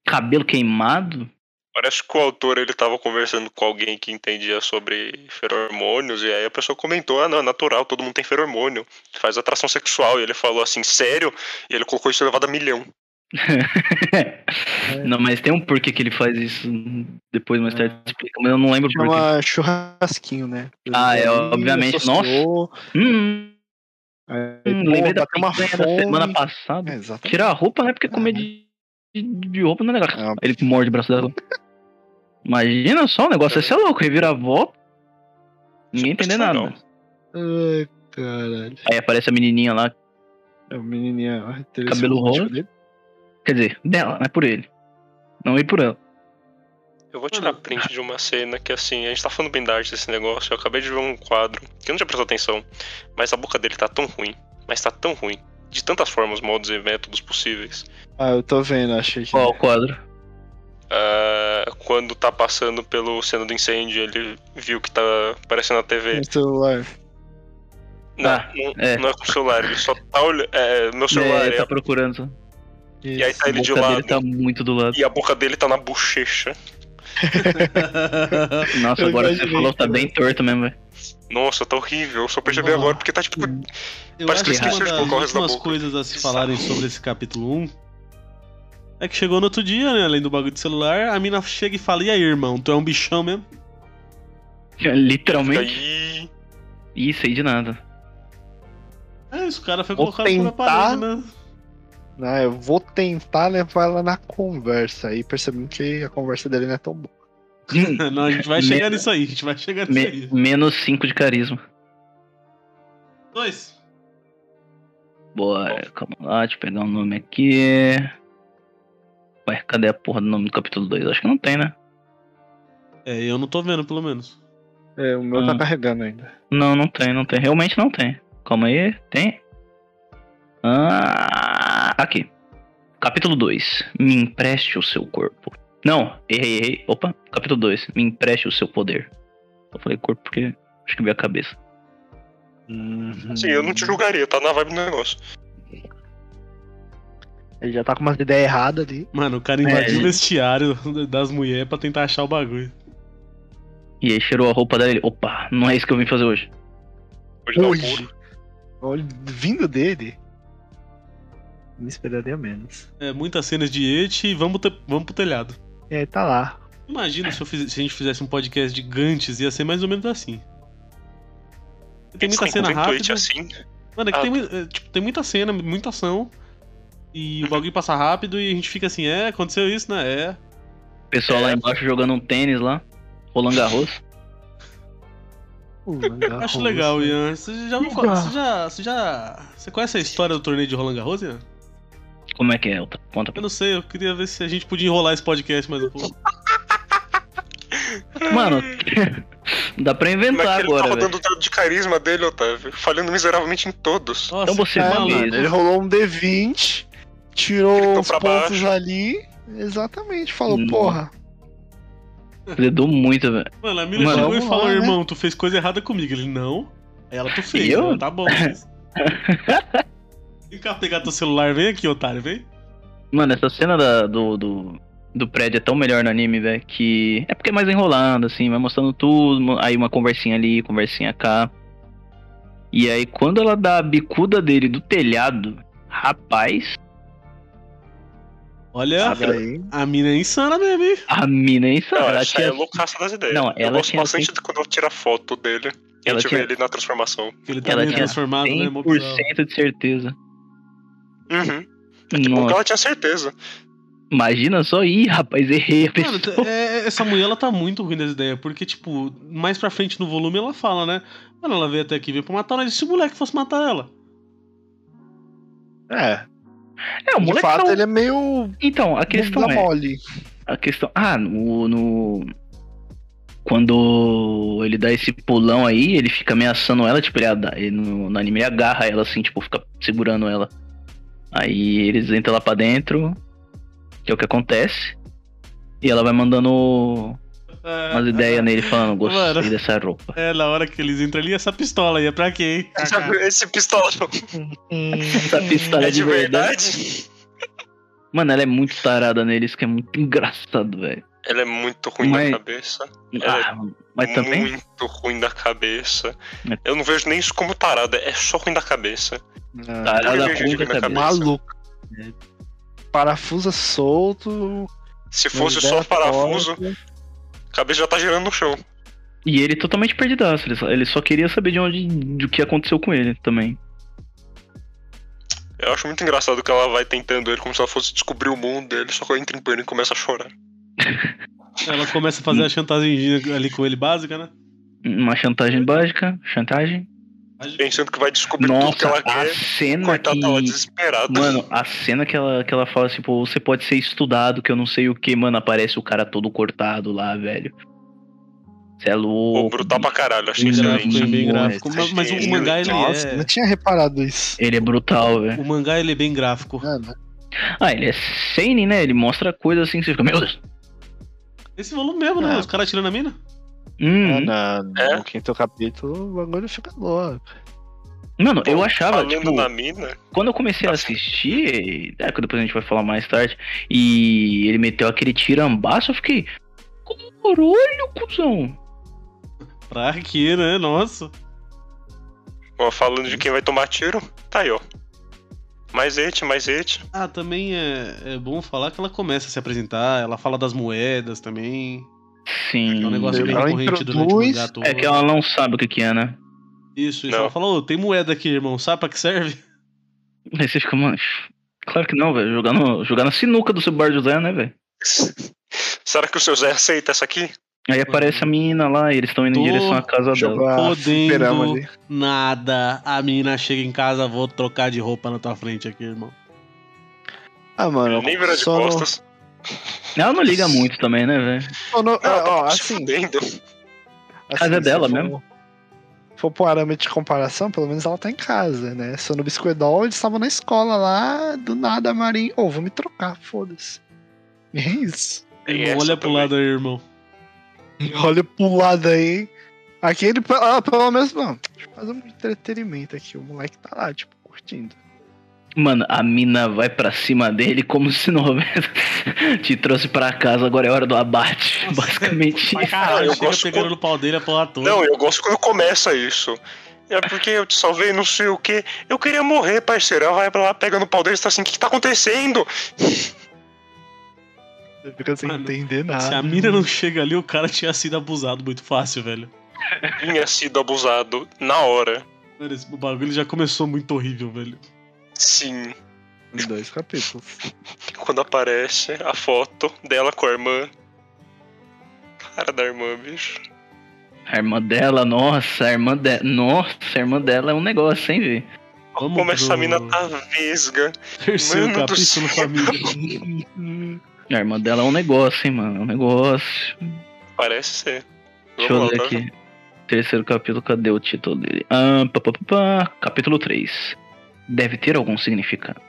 S4: cabelo queimado.
S2: Parece que o autor ele tava conversando com alguém que entendia sobre feromônios, e aí a pessoa comentou: ah, não, é natural, todo mundo tem feromônio, faz atração sexual. E ele falou assim: sério? E ele colocou isso elevado a milhão.
S5: É.
S4: Não, mas tem um porquê que ele faz isso depois, mais tarde
S5: Ah.
S4: explica, mas eu não lembro o porquê.
S5: Chama É churrasquinho, né?
S4: Ah, é, obviamente.
S5: associou,
S4: Hum,
S5: Aí,
S4: hum, lembrei
S5: pô,
S4: da
S5: bateu uma
S4: picanha da
S5: fome.
S4: semana
S5: É,
S4: passada.
S5: exatamente.
S4: Tirar a roupa, né? Porque
S5: É,
S4: comer
S5: né?
S4: de, de, de roupa não é legal.
S5: É,
S4: Ele morde o braço dela. Imagina só, o negócio esse é louco, reviravolta. Ninguém entender nada.
S2: Sensacional.
S5: Ai, caralho.
S4: Aí aparece a menininha lá,
S5: É o menininho, ó, interessante,
S4: Cabelo rosa.
S5: dele.
S4: quer dizer, dela, não é por ele. Não ir por ela.
S2: Eu vou tirar
S3: Mano.
S2: print de uma cena que assim, a gente tá falando bem da arte desse negócio, eu acabei de ver um quadro, que eu não tinha prestado atenção, mas a boca dele tá tão ruim, mas tá tão ruim, de tantas formas, modos e métodos possíveis.
S5: Ah, eu tô vendo, achei que.
S4: Qual o quadro?
S2: Ah, quando tá passando pelo cena do incêndio, ele viu que tá aparecendo na TV.
S5: No celular.
S2: Não,
S4: Ah,
S2: não,
S4: é.
S2: não é com o celular, ele só tá olhando. É, meu celular,
S4: é,
S2: é,
S4: tá procurando.
S2: e aí tá
S4: A
S2: ele de
S4: boca dele
S2: lado,
S4: tá muito do lado.
S2: e a boca dele tá na bochecha.
S4: Nossa,
S5: Eu
S4: agora que você
S5: imaginei
S4: falou, tá
S5: também.
S4: bem torto mesmo, velho.
S2: Nossa, tá horrível, eu só percebi
S3: Nossa.
S2: agora, porque tá tipo.
S4: É,
S3: Eu
S2: Parece
S3: acho
S2: que
S3: que,
S4: ele
S2: esqueceu de
S3: uma
S2: colocar o
S3: das
S2: resto da
S3: últimas
S2: boca.
S3: coisas a se falarem sobre esse capítulo 1 é que chegou no outro dia, né? Além do bagulho de celular, a mina chega e fala: E aí, irmão, tu é um bichão mesmo?
S4: Literalmente.
S2: Aí.
S4: Isso aí de nada.
S3: É isso, o cara foi
S5: Vou
S3: colocado por uma
S5: tentar.
S3: parede, né?
S5: Ah, eu vou tentar levar ela na conversa. Aí percebendo que a conversa dele não é tão boa.
S4: Hum,
S3: Não, a gente vai
S4: Me-
S3: chegar nisso aí, a gente vai chegar nisso
S4: me-
S3: aí.
S4: menos 5 de carisma.
S3: Dois.
S4: Bora, calma lá, deixa eu pegar o nome aqui. Ué, cadê a porra do nome do capítulo 2? Acho que não tem, né?
S3: É, eu não tô vendo, pelo menos.
S5: É, o meu
S4: Ah.
S5: tá carregando ainda.
S4: Não, não tem, não tem. Realmente não tem. Calma aí, tem? Ah, aqui. Capítulo 2. Me empreste o seu corpo. Não, errei, errei. Opa, capítulo 2. Me empreste o seu poder. Eu falei corpo porque acho que veio a cabeça.
S2: Sim, assim, eu não te julgaria, tá na vibe do negócio.
S5: Ele já tá com umas ideias erradas ali.
S3: Mano, o cara invadiu
S4: É,
S3: o
S4: e-
S3: vestiário das mulheres pra tentar achar o bagulho.
S4: E aí cheirou a roupa dele. Opa, não é isso que eu vim fazer hoje.
S2: Pode dar um
S5: Hoje.
S2: puro.
S5: Olha, vindo dele. Me esperaria menos.
S3: É, muitas cenas de et e vamos, te- vamos pro telhado.
S5: E aí tá lá.
S3: Imagina se, eu fiz- se a gente fizesse um podcast de Gantes, ia ser mais ou menos assim. Tem muita
S2: Esse
S3: cena
S2: tem tweet
S3: rápida.
S2: assim.
S3: Mano, é que
S2: Ah,
S3: tem, mui- é, tipo, tem muita cena, muita ação. E o bagulho passa rápido e a gente fica assim, é, aconteceu isso, né? É.
S4: O pessoal lá
S2: É.
S4: embaixo jogando um tênis lá. Rolando arroz.
S5: Uh,
S4: Tá
S3: Acho legal,
S4: né?
S3: Ian. Você já, ouviu
S5: Ufa.
S3: falar- você já, você já. Você conhece a história do torneio de Roland Garros, Ian?
S4: Como é que é, Elton? Conta pra
S3: Eu não sei, eu queria ver se a gente podia enrolar esse podcast mais um pouco.
S4: Mano, dá pra
S2: Mas
S4: inventar
S2: é que ele
S4: tá agora,
S2: tava
S4: velho.
S2: dando o dado de carisma dele, Otávio. Falhando miseravelmente em todos.
S3: Nossa,
S4: Então você
S3: que
S4: vai
S5: É,
S4: Fala,
S5: mano,
S3: maluco.
S4: mesmo.
S5: ele rolou um D20 tirou
S2: Clicou
S5: os
S2: pra
S5: pontos
S2: baixo.
S5: ali. Exatamente, falou,
S4: Hum.
S5: porra,
S4: Dedou muito, velho.
S3: Mano, a mina
S4: Mano,
S3: chegou e
S5: vamos
S3: falou,
S5: lá, né?
S3: irmão, tu fez coisa errada comigo. Ele, não. Aí ela, tu fez,
S4: Eu?
S3: né? tá bom. fiz." Vem cá pegar teu celular, vem aqui, otário, vem.
S4: Mano, essa cena da- do, do, do prédio é tão melhor no anime, velho, que. É porque é mais enrolando, assim, vai mostrando tudo, mo- aí uma conversinha ali, conversinha cá. E aí, quando ela dá a bicuda dele do telhado, rapaz,
S2: Ah,
S4: Ah,
S3: Olha,
S5: olha aí.
S3: a mina é insana mesmo, hein?
S4: a mina é insana.
S2: Não,
S4: Ela
S2: essa é
S4: tinha,
S2: loucaça das ideias.
S4: Não,
S2: eu
S4: ela
S2: gosto
S4: tinha
S2: bastante de quando eu tiro a foto dele. E a
S4: Ela
S2: gente
S4: tinha-
S2: vê ele na transformação.
S3: Ele tá
S4: Ela
S3: meio
S4: tinha
S3: transformado, né? Mó bizarro.
S4: 100% de certeza.
S2: Uhum. Porque
S4: Nossa,
S2: ela tinha certeza.
S4: imagina só, ih, rapaz, errei a
S3: Mano,
S4: pessoa.
S3: é- essa mulher, ela tá muito ruim das ideias, porque, tipo, mais pra frente no volume ela fala, né? Mano, ela veio até aqui, veio pra matar ela, e se o moleque fosse matar ela?
S5: É,
S4: É, o
S5: de
S4: moleque.
S5: fato
S4: tá-
S5: ele é meio
S4: Então, a questão
S5: bunda
S4: é.
S5: mole.
S4: A questão. Ah, no, no- Quando ele dá esse pulão aí, ele fica ameaçando ela, tipo, ele, ada- ele no, no anime ele agarra ela assim, tipo, fica segurando ela. Aí eles entram lá pra dentro, que é o que acontece. E ela vai mandando umas ideias nele, falando, gostei
S3: Mano.
S4: dessa roupa.
S3: É, na hora que eles entram ali, essa pistola aí é pra quê, hein?
S4: Ah,
S2: Esse,
S4: tá.
S2: esse pistola
S4: Essa pistola
S2: é
S4: é
S2: de verdade.
S4: Mano, ela é muito tarada nele, isso que é muito engraçado, velho.
S2: Ela é muito ruim
S4: Mas-
S2: na cabeça. Ela
S4: Ah, mas também. É.
S2: Muito ruim da cabeça.
S4: Mas-
S2: Eu não vejo nem isso como tarada, é só ruim da cabeça. Tá,
S4: Tarada
S2: muito
S4: ruim da
S2: divertido,
S4: cabeça.
S2: né,
S5: É. Maluco. Parafusa solto.
S2: Se
S5: uma
S2: fosse
S5: ideia
S2: só um parafuso,
S5: torta.
S2: a cabeça já tá girando no chão.
S4: E ele totalmente perdidaço, ele só, ele só queria saber de onde, do que aconteceu com ele também.
S2: Eu acho muito engraçado que ela vai tentando ele como se ela fosse descobrir o mundo, ele só entra em pânico e começa a chorar.
S3: Ela começa a fazer a chantagem ali com ele básica, né?
S4: Uma chantagem básica, chantagem.
S2: Pensando que vai descobrir tudo que
S4: Nossa,
S2: ela
S4: a
S2: quer.
S4: cena que...
S2: Coitada, tava desesperada.
S4: Mano, a cena que ela, que ela fala assim, pô, você pode ser estudado, que eu não sei o que, mano, aparece o cara todo cortado lá, velho. Você é
S2: Pô,
S4: louco.
S2: brutal pra caralho, achei
S4: Sim,
S3: Gráfico,
S2: excelente.
S3: hein, bem
S4: Nossa,
S3: gráfico.
S2: é
S3: Mas, mas o mangá, ele
S5: Nossa, não
S2: né?
S3: é...
S5: tinha reparado isso.
S4: Ele é brutal, velho.
S3: O mangá, ele é bem gráfico.
S5: Mano,
S4: Ah, ele é seinen, né? Ele mostra coisa assim que você fica, meu Deus.
S3: Esse volume mesmo, né?
S5: Ah.
S3: Os caras tirando a mina.
S4: Hum.
S5: na-
S2: É?
S5: no quinto capítulo o bagulho fica louco.
S4: Mano, eu
S2: Bom,
S4: achava,
S2: Falando
S4: tipo,
S2: na mina,
S4: quando eu comecei a assistir, é que depois a gente vai falar mais tarde, e ele meteu aquele tirambaço, eu fiquei. Caralho, cuzão!
S3: Pra quê, né? Nossa.
S2: ó, falando de quem vai tomar tiro, tá aí, ó. Mais et, mais et.
S3: Ah, também é, é bom falar que ela começa a se apresentar, ela fala das moedas também.
S4: Sim.
S2: Hum,
S3: É um negócio bem
S5: Ela
S3: recorrente durante o
S5: introduz-
S3: mangá todo.
S4: É que ela não sabe o que, que é, né?
S3: Isso, isso.
S2: Não.
S3: Ela fala, ô, tem moeda aqui, irmão. Sabe pra que serve?
S4: Aí você fica, mano. Claro que não, velho. Jogar, no- jogar na sinuca do seu bar José, né, velho?
S2: Será que o seu Zé aceita essa aqui?
S4: Aí aparece a menina lá e eles estão indo em
S3: Tô
S4: direção à casa dela.
S5: Jogar
S3: Podendo.
S5: fliperama ali.
S3: Nada. A menina chega em casa, vou trocar de roupa na tua frente aqui, irmão.
S5: Ah, mano,
S2: Nem vira de
S5: só no-
S2: costas.
S4: Ela não liga muito também, né, velho?
S5: só no- é,
S2: Não,
S5: ó,
S2: tá se
S5: assim,
S2: fudendo.
S5: assim,
S4: Casa
S5: se
S4: dela
S5: for-
S4: mesmo.
S5: Se for pro arame de comparação, pelo menos ela tá em casa, né? Só no Biscoedol, eles estavam na escola lá, do nada a Marin. Ô, vou me trocar, foda-se. É isso.
S2: Tem
S3: Irmão,
S2: essa
S3: olha um pro
S2: também.
S3: lado aí, irmão.
S5: Olha pro lado aí. Aquele, pe- ah, pelo menos, não. Deixa eu fazer um entretenimento aqui. O moleque tá lá, tipo, curtindo.
S4: Mano, a mina vai pra cima dele como se não houvesse. Te trouxe pra casa, agora é hora do abate.
S3: Nossa,
S4: Basicamente
S3: Pra
S4: isso.
S2: Ah,
S3: caralho,
S2: eu
S3: chega
S2: gosto
S3: pegando
S2: co-
S3: no pau dele a porra toda.
S2: Não, eu gosto quando começa isso. É porque eu te salvei, não sei o que. Eu queria morrer, parceiro. Ela vai pra lá, pega no pau dele e tá assim: o que, que tá acontecendo?
S5: Você fica sem
S3: Mano,
S5: entender nada.
S3: Se a mina não chega ali, o cara tinha sido abusado muito fácil, velho.
S2: Tinha sido abusado na hora.
S3: Mano, esse- o bagulho já começou muito horrível, velho.
S2: Sim.
S5: Em dois capítulos.
S2: Quando aparece a foto dela com a irmã. Cara da irmã, bicho.
S4: A irmã dela, nossa, a irmã dela. Nossa, a irmã dela é um negócio, hein, Vi?
S3: Vamos
S2: Como essa
S3: pro
S2: mina tá vesga.
S3: Terceiro
S2: Mano do
S3: capítulo,
S2: céu.
S3: família.
S4: A irmã dela é um negócio, hein, mano. É um negócio.
S2: Parece ser.
S4: Deixa eu
S2: Vamos
S4: ler
S2: lá, tá?
S4: aqui. Terceiro capítulo, cadê o título dele? Ah, pá, pá, pá, pá. Capítulo 3. Deve ter algum significado.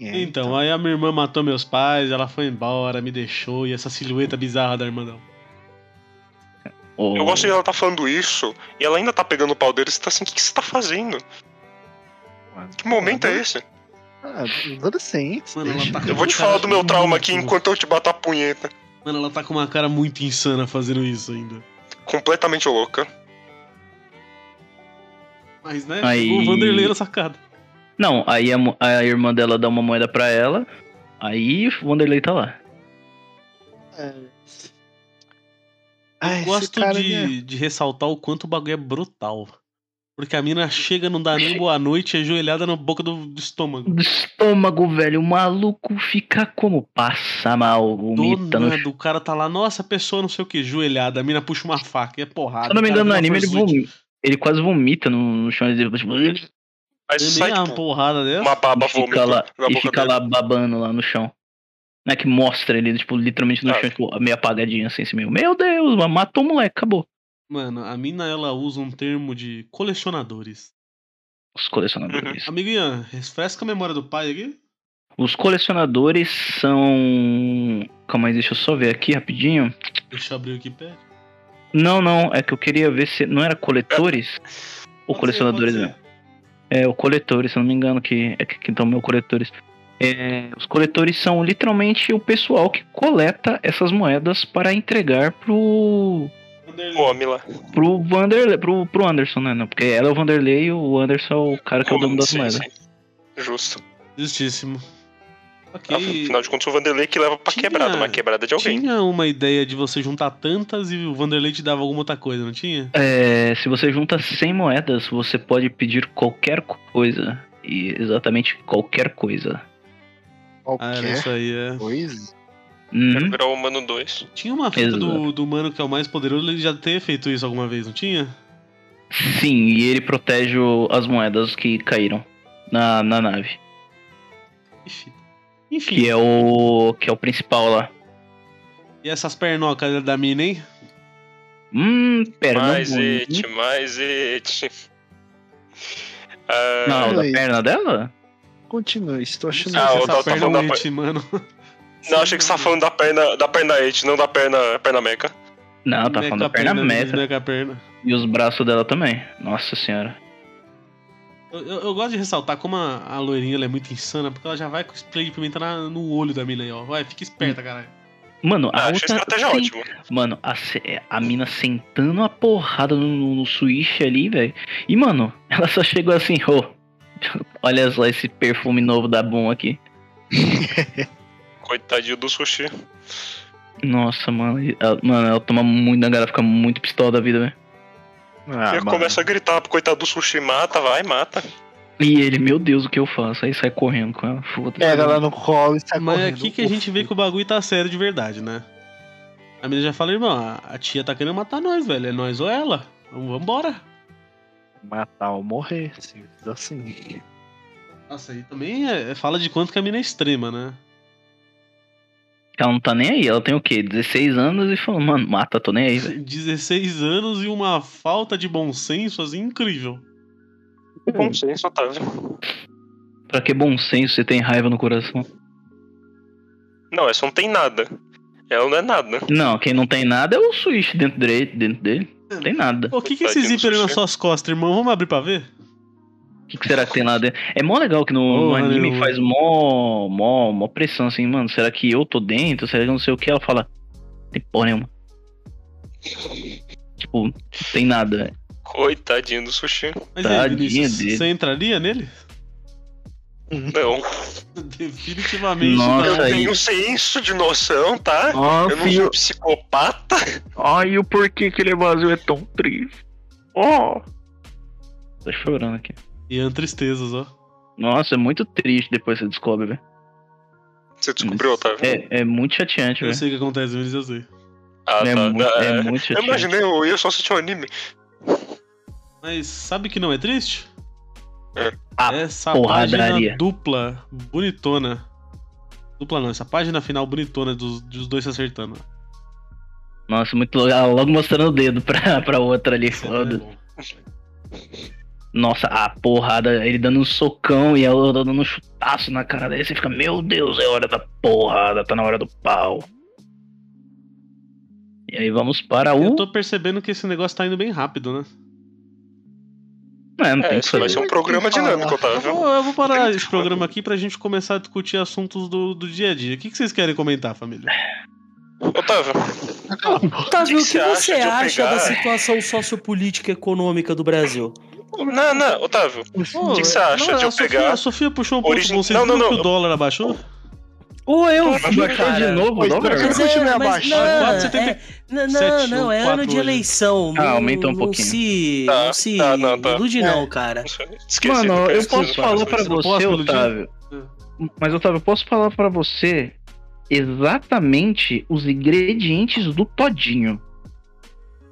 S5: É,
S3: Então, aí a minha irmã matou meus pais, ela foi embora, me deixou, e essa silhueta bizarra da irmã dela.
S4: Ô,
S2: Eu gosto de ela tá falando isso e ela ainda tá pegando o pau dele. Você tá assim, o que, que você tá fazendo? Que momento
S5: Uhum.
S2: é esse?
S5: Ah, adolescente.
S3: Mano, ela tá com
S2: Eu vou te
S3: cara
S2: falar do meu
S3: muito-
S2: trauma aqui enquanto eu te bato a punheta.
S3: Mano, ela tá com uma cara muito insana fazendo isso ainda.
S2: Completamente louca.
S3: Mas, né,
S4: Aí-
S3: o Vanderlei era sacado.
S4: Não, aí a, mo- a irmã dela dá uma moeda pra ela, aí o Wanderlei tá lá.
S5: Ah,
S3: eu
S5: esse
S3: gosto
S5: cara,
S3: de,
S5: né?
S3: de ressaltar o quanto o bagulho é brutal. Porque a mina chega, não dá nem boa noite, é ajoelhada na boca do, do estômago.
S4: Do estômago, velho, o maluco fica como? Passa mal, vomita
S3: Do
S4: no
S3: nada, o cara tá lá, nossa, a pessoa não sei o que, joelhada, a mina puxa uma faca e é porrada.
S4: Se eu não me
S3: o cara
S4: engano, no
S3: dá uma
S4: anime ele,
S3: forçute,
S4: vom- ele quase vomita no, no chão. Ele, tipo,
S2: Aí
S3: ele
S2: sai
S3: é nem dá uma
S2: tipo,
S3: porrada dessa.
S2: uma baba
S4: e fica,
S2: vômito
S4: lá,
S2: na
S4: e
S2: né? boca
S4: fica
S2: dele.
S4: lá babando lá no chão. Não é que mostra ele, tipo, literalmente no
S2: Ah.
S4: chão, tipo, meio apagadinho assim, assim meio. Meu Deus, mano, matou o moleque, acabou.
S3: Mano, a mina ela usa um termo de colecionadores.
S4: Os colecionadores.
S3: Amigo Ian, refresca a memória do pai aqui.
S4: Os colecionadores são. Calma aí, deixa eu só ver aqui rapidinho.
S3: Deixa eu abrir o Wikipedia.
S4: Não, não, é que eu queria ver se. Não era coletores?
S3: Pode
S4: Ou
S3: ser,
S4: colecionadores
S3: pode
S4: mesmo?
S3: ser.
S4: É, o coletores, se eu não me engano, que é que que então meu coletores. É, os coletores são literalmente o pessoal que coleta essas moedas para entregar pro
S3: Vanderlei.
S2: O homem lá.
S4: pro Vanderlei, pro, pro Anderson, né? Não, porque ela é o Vanderlei e o Anderson é o cara que é o dono das
S2: Sim,
S4: moedas.
S2: sim. Justo.
S3: Justíssimo. Ok.
S2: Afinal de contas, o Vanderlei que leva pra
S3: Tinha-
S2: quebrada, mas quebrada de alguém.
S3: Tinha uma ideia de você juntar tantas e o Vanderlei te dava alguma outra coisa, não tinha?
S4: É, se você junta 100 moedas, você pode pedir qualquer coisa. E exatamente qualquer coisa.
S3: Ah, era
S5: Qualquer
S3: isso aí, é.
S5: coisa.
S4: Uhum.
S2: Virou o Mano 2.
S3: Tinha uma fita do,
S4: Exato.
S3: do mano que é o mais poderoso, ele já ter feito isso alguma vez, não tinha?
S4: Sim, e ele protege o- as moedas que caíram na, na nave.
S3: Que fita. Enfim,
S4: Que é o. que é o principal lá.
S3: e essas pernocas da mina, hein?
S4: Hum, perna
S2: Mais
S4: ruim.
S2: it, mais it. Ah,
S4: Não, da
S5: Ai.
S4: perna dela?
S5: Continue, estou achando.
S2: Ah,
S3: Essa
S2: eu tava-
S3: perna
S2: tava-
S3: é um hit, mano.
S2: não, achei que você tá falando da perna, da perna it, não da perna, perna meca.
S4: Não, tá falando da perna
S3: meca.
S4: meca.
S3: meca perna.
S2: né?
S4: E os braços dela também. Nossa senhora.
S3: Eu, eu- eu gosto de ressaltar como a, a loirinha ela é muito insana, porque ela já vai com spray de pimenta na- no olho da mina aí, ó. Vai, fica esperta, caralho.
S4: Mano,
S2: Ah,
S4: a
S2: achei a
S4: outra.
S2: estratégia
S4: sim.
S2: ótima.
S4: Mano, a, se- a mina sentando a porrada no, no, no switch ali, velho. E, mano, ela só chegou assim, ô. olha só esse perfume novo da Boom aqui.
S2: Coitadinho do sushi.
S4: Nossa, mano. Ela, mano, ela toma muito na cara, fica muito pistola da vida, velho.
S5: Ah,
S2: eu
S5: mano.
S2: começo a gritar pro coitado do sushi, mata, vai, mata.
S4: E ele, meu Deus, o que eu faço? Aí sai correndo com ela. Foda-se.
S5: Pega É, ela no colo e sai
S3: Mas é
S5: correndo.
S3: aqui que a gente vê que o bagulho tá sério de verdade, né? A menina já fala, irmão, a, a tia tá querendo matar nós, velho. É nós ou ela. Vamos vambora.
S5: Matar ou morrer, simples assim.
S3: Nossa, aí também é, é- fala de quanto que a mina é extrema, né?
S4: Ela não tá nem aí. Ela tem o quê? 16 anos e falou, mano, mata, tô nem aí, velho.
S3: 16 anos e uma falta de bom senso, assim, incrível.
S2: Bom senso, Otávio.
S4: Pra que bom senso você tem raiva no coração?
S2: Não, essa não tem nada. Ela não é nada.
S4: Não, quem não tem nada é o Switch dentro dele. Dentro dele. Não tem nada.
S3: Ô, o que que é esse zíper aí nas suas costas, irmão? Vamos abrir pra ver?
S4: O que, que será que tem lá dentro? É mó legal que no, no
S3: Porra,
S4: anime
S3: meu.
S4: faz mó, mó, mó pressão assim, mano. Será que eu tô dentro? Será que eu não sei o que? Ela fala, tem porra nenhuma. Tipo, não tem nada, velho.
S2: Coitadinho do sushi.
S3: Mas e aí,
S4: Tadinha
S3: Vinícius,
S4: dele.
S3: você entraria nele?
S2: Não.
S3: Definitivamente tá.
S4: Nossa,
S2: Eu
S3: não.
S4: aí.
S2: tenho um senso de noção, tá? eu não sou psicopata.
S4: Ai, o porquê que ele é vazio é tão triste. Oh. Tô chorando aqui.
S3: Ian Tristezas, ó.
S4: Nossa, é muito triste depois que você descobre, velho.
S2: Você descobriu, Otávio?
S4: É, é muito chateante,
S3: Eu
S4: velho.
S3: sei o que acontece, Vinícius, eu sei.
S2: Ah,
S4: É, muito,
S2: Não,
S4: é
S2: é.
S4: muito
S2: Eu
S4: chateante.
S2: imaginei o Will só assistir um anime.
S3: Mas sabe que não é triste?
S2: É.
S4: Ah,
S3: Essa
S4: porradaria.
S3: página dupla, bonitona. Dupla não, essa página final bonitona dos, dos dois se acertando.
S4: Nossa, muito legal. Logo mostrando o dedo pra, pra outra ali.
S3: Isso é
S4: Foda.
S3: bom.
S4: Nossa, a porrada, ele dando um socão e ela dando um chutaço na cara dele. Você fica, meu Deus, é hora da porrada, tá na hora do pau. E aí vamos para o.
S3: Eu tô percebendo que esse negócio tá indo bem rápido, né?
S4: É, não
S2: É,
S4: tem o que
S2: isso vai
S4: fazer.
S2: ser um programa dinâmico,
S3: Eu
S2: Otávio.
S3: vou, eu vou
S2: Não
S3: parar
S2: tem
S3: esse
S2: que-
S3: programa aqui pra gente começar a discutir assuntos do, do dia a dia. O que, que vocês querem comentar, família?
S2: Otávio,
S6: Otávio, Tá o que
S2: você
S6: você
S2: acha de eu
S6: acha
S2: pegar-
S6: da situação sociopolítica e econômica do Brasil?
S2: não, não, Otávio.
S3: O
S2: que que você acha de eu
S3: é, a Sofia,
S2: pegar-
S3: A Sofia puxou um ponto
S2: Origem-
S3: bom. Vocês
S2: Não,
S3: viram
S2: não,
S3: que
S2: não.
S3: o dólar abaixou?
S6: Ou eu
S2: Mas
S6: vi,
S2: vai
S4: Baixou
S6: cara.
S4: de novo o
S5: Pois
S4: dólar?
S5: é. continua
S6: mas
S5: abaixo.
S6: não,
S3: Quatro,
S6: é,
S3: setenta
S6: não, não,
S3: sete,
S6: não, é
S3: quatro
S6: ano de
S3: hoje.
S6: eleição.
S4: Ah,
S6: não-
S4: aumenta um pouquinho.
S6: Não se,
S2: Tá,
S6: não se
S2: tá, não, tá.
S6: ilude não, cara.
S2: Esqueci.
S4: Mano,
S2: cara,
S4: eu
S2: esqueci.
S4: posso falar pra
S3: eu não
S4: você,
S3: posso me iludir.
S4: Otávio. Mas, Otávio, eu posso falar pra você exatamente os ingredientes do todinho.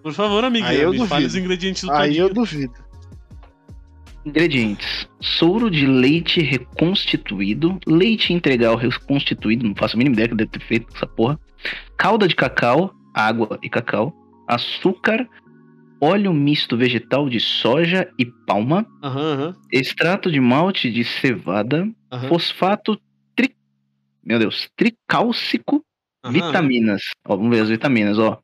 S3: Por favor, amiga,
S5: Aí eu
S3: me fale
S5: duvido.
S3: os ingredientes do
S5: Aí
S3: todinho.
S5: eu duvido.
S4: Ingredientes: soro de leite reconstituído, leite integral reconstituído, não faço a mínima ideia que eu devo ter feito com essa porra. Calda de cacau, água e cacau, açúcar, óleo misto vegetal de soja e palma,
S3: Aham, aham,
S4: extrato de malte de cevada,
S3: aham.
S4: fosfato tri... Meu Deus, tricálcico,
S3: aham.
S4: vitaminas. Ó, vamos ver as vitaminas, ó.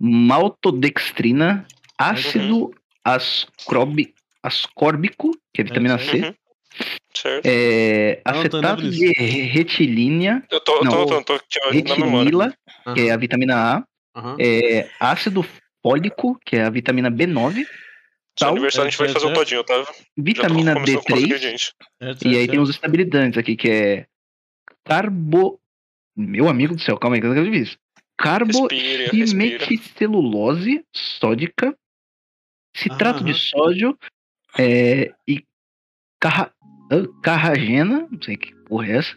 S4: Maltodextrina, ácido ascrobi... ascórbico, que é vitamina
S3: isso
S4: C,
S2: Uhum. Certo.
S4: é,
S3: Tá anotando,
S4: acetato
S3: Vinícius?
S4: de retilínea,
S2: Eu tô, eu
S4: Não,
S2: tô, tô, tô, tô na memória.
S4: retinila, que é a vitamina A,
S3: Aham.
S4: é, ácido fólico, que é a vitamina B9,
S2: Seu
S4: tal,
S2: aniversário a gente vai
S3: é,
S2: fazer um
S3: é.
S2: todinho, Otávio. Já tô
S4: vitamina
S2: começando com os
S4: D3,
S2: ingredientes.
S3: Certo,
S4: e
S3: certo,
S4: aí tem
S3: certo.
S4: os estabilizantes aqui, que é carbo... Meu amigo do céu, calma aí que eu nunca vi isso. Carbo
S2: Respira, respira.
S4: Dimeticelulose sódica, citrato de
S3: Aham.
S4: sódio é, e carra, ah, carragena, não sei que porra é essa,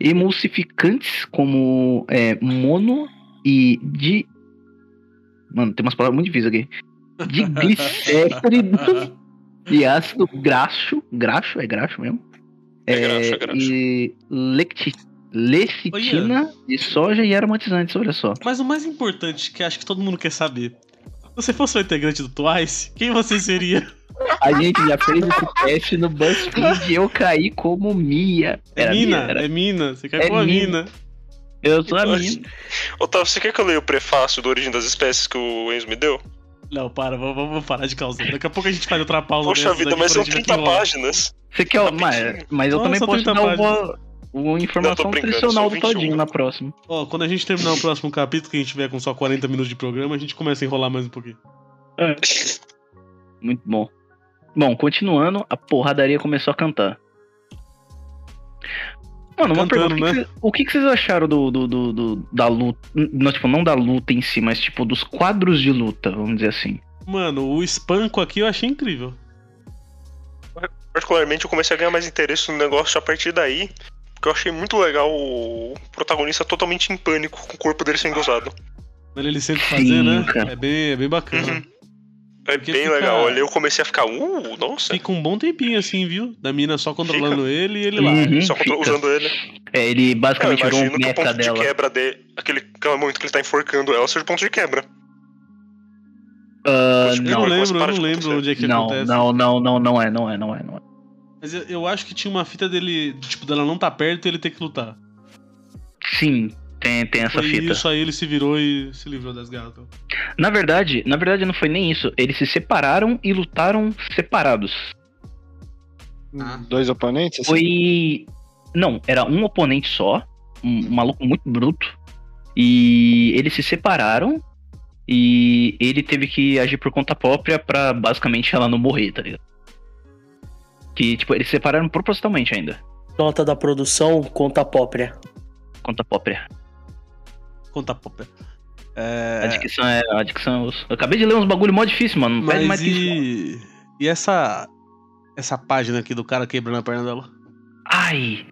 S4: emulsificantes como é, mono e di. Mano, tem umas palavras muito difíceis aqui. De glicéridos e ácido graxo. Graxo? É graxo mesmo?
S2: É graxo, é graxo.
S4: E lecti, lecitina de soja e aromatizantes, olha só.
S3: Mas o mais importante, que acho que todo mundo quer saber. Se você fosse o integrante do Twice, quem você seria?
S4: A gente já fez esse teste no BuzzFeed e eu caí como Mia.
S3: É
S4: Era
S3: mina,
S4: Mia, era-
S3: é mina. Você
S4: É
S3: quer com a
S4: mina.
S3: mina.
S4: Eu sou a
S2: Nossa.
S4: Mina.
S2: Otávio, você quer que eu leia o prefácio do Origem das Espécies que o Enzo me deu?
S3: Não, para, vamos, vamos parar de causar. Daqui a pouco a gente faz outra pausa.
S2: Poxa
S3: dessas
S2: vida,
S3: aqui
S2: mas
S3: pra
S2: são
S3: gente ver
S2: 30
S3: quem rola.
S2: páginas.
S4: Você quer.
S2: Rapidinho.
S4: Mas, mas eu
S3: Não,
S4: também
S3: só
S4: posso
S3: 30
S4: dar uma,
S3: páginas.
S4: uma informação
S2: brincando, são
S4: nutricional do
S2: 21.
S4: Todinho na próxima.
S3: Ó, quando a gente terminar o próximo capítulo, que a gente tiver com só 40 minutos de programa, a gente começa a enrolar mais um pouquinho.
S4: Muito bom. Bom, continuando, a porradaria começou a cantar. Mano, uma
S3: Cantando, né?
S4: pergunta. o que que cê- O que, que vocês acharam do, do, do- do- da luta? Não, tipo, não da luta em si, mas tipo, dos quadros de luta, vamos dizer assim.
S3: Mano, o espanco aqui eu achei incrível.
S2: Particularmente, eu comecei a ganhar mais interesse no negócio a partir daí. Porque eu achei muito legal o protagonista totalmente em pânico com o corpo dele sendo usado.
S3: Mano, ele sempre
S4: Sim,
S3: fazer, né?
S4: cara.
S3: É bem, é bem bacana.
S2: Uhum. É
S3: Porque
S2: bem
S3: fica-
S2: legal. Olha, eu comecei a ficar, uh, nossa.
S3: Fica um bom tempinho assim, viu? Da mina só controlando ele e ele lá.
S4: Uhum,
S2: Só que eu tô
S4: fica.
S2: usando ele.
S4: É, ele
S2: Eu
S4: basicamente virou
S2: imagino
S4: um
S2: que o
S4: meca
S2: ponto de
S4: dela.
S2: quebra dele, aquele, aquele momento que ele tá enforcando ela, seja o ponto de quebra.
S4: Ah,
S2: Poxa,
S3: Eu não,
S4: não,
S2: mas
S3: lembro, eu
S2: para
S3: não
S2: de
S3: lembro
S2: acontecer.
S3: onde é que
S4: não,
S3: acontece.
S4: não, não, não, não é, não é, não é, não é.
S3: Mas eu, eu acho que tinha uma fita dele, tipo, dela não tá perto e ele ter que lutar.
S4: Sim, tem, tem essa
S3: Foi
S4: fita.
S3: isso, aí ele se virou e se livrou das então. gatas.
S4: Na verdade, na verdade não foi nem isso. Eles se separaram e lutaram separados.
S3: Ah.
S5: Dois oponentes? assim?
S4: Foi. Não, era um oponente só, um maluco muito bruto. E eles se separaram e ele teve que agir por conta própria pra basicamente ela não morrer, tá ligado? Que, tipo, eles se separaram propositalmente ainda.
S6: Nota da produção, conta própria.
S4: Conta própria.
S3: Conta popa.
S4: A dicção é. A dicção. Eu acabei de ler uns bagulho mó difícil, mano. Não pede mais
S3: Mas
S4: que isso.
S3: e... e essa essa página aqui do cara quebrando a perna dela?
S4: Ai!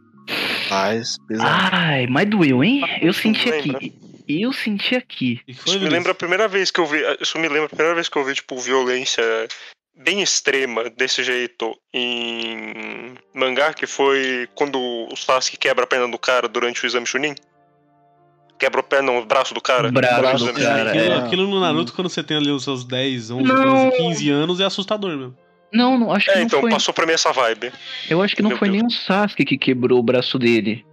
S5: Rapaz, pesado.
S4: Ai, mas doeu, hein? Eu senti
S2: Lembra.
S4: aqui. Eu senti aqui.
S3: E que foi,
S2: Isso me
S3: Vinícius?
S2: lembra a primeira vez que eu vi. ah, Isso me lembra a primeira vez que eu vi, tipo, violência bem extrema desse jeito em mangá, que foi quando o Sasuke quebra a perna do cara durante o exame Chunin. Quebra a perna, o braço do cara.
S4: O braço
S2: Durante o
S5: do
S2: exame
S4: cara,
S2: Chunin.
S3: Aquilo,
S5: é.
S3: aquilo no Naruto, quando você tem ali os seus 10, 11,
S4: Não.
S3: 12, 15 anos, é assustador mesmo.
S4: Não, não acho que
S2: É,
S4: não
S2: então
S4: foi.
S2: passou pra mim essa vibe.
S4: Eu acho que não
S2: Meu
S4: foi
S2: Deus.
S4: nem o Sasuke que quebrou o braço dele.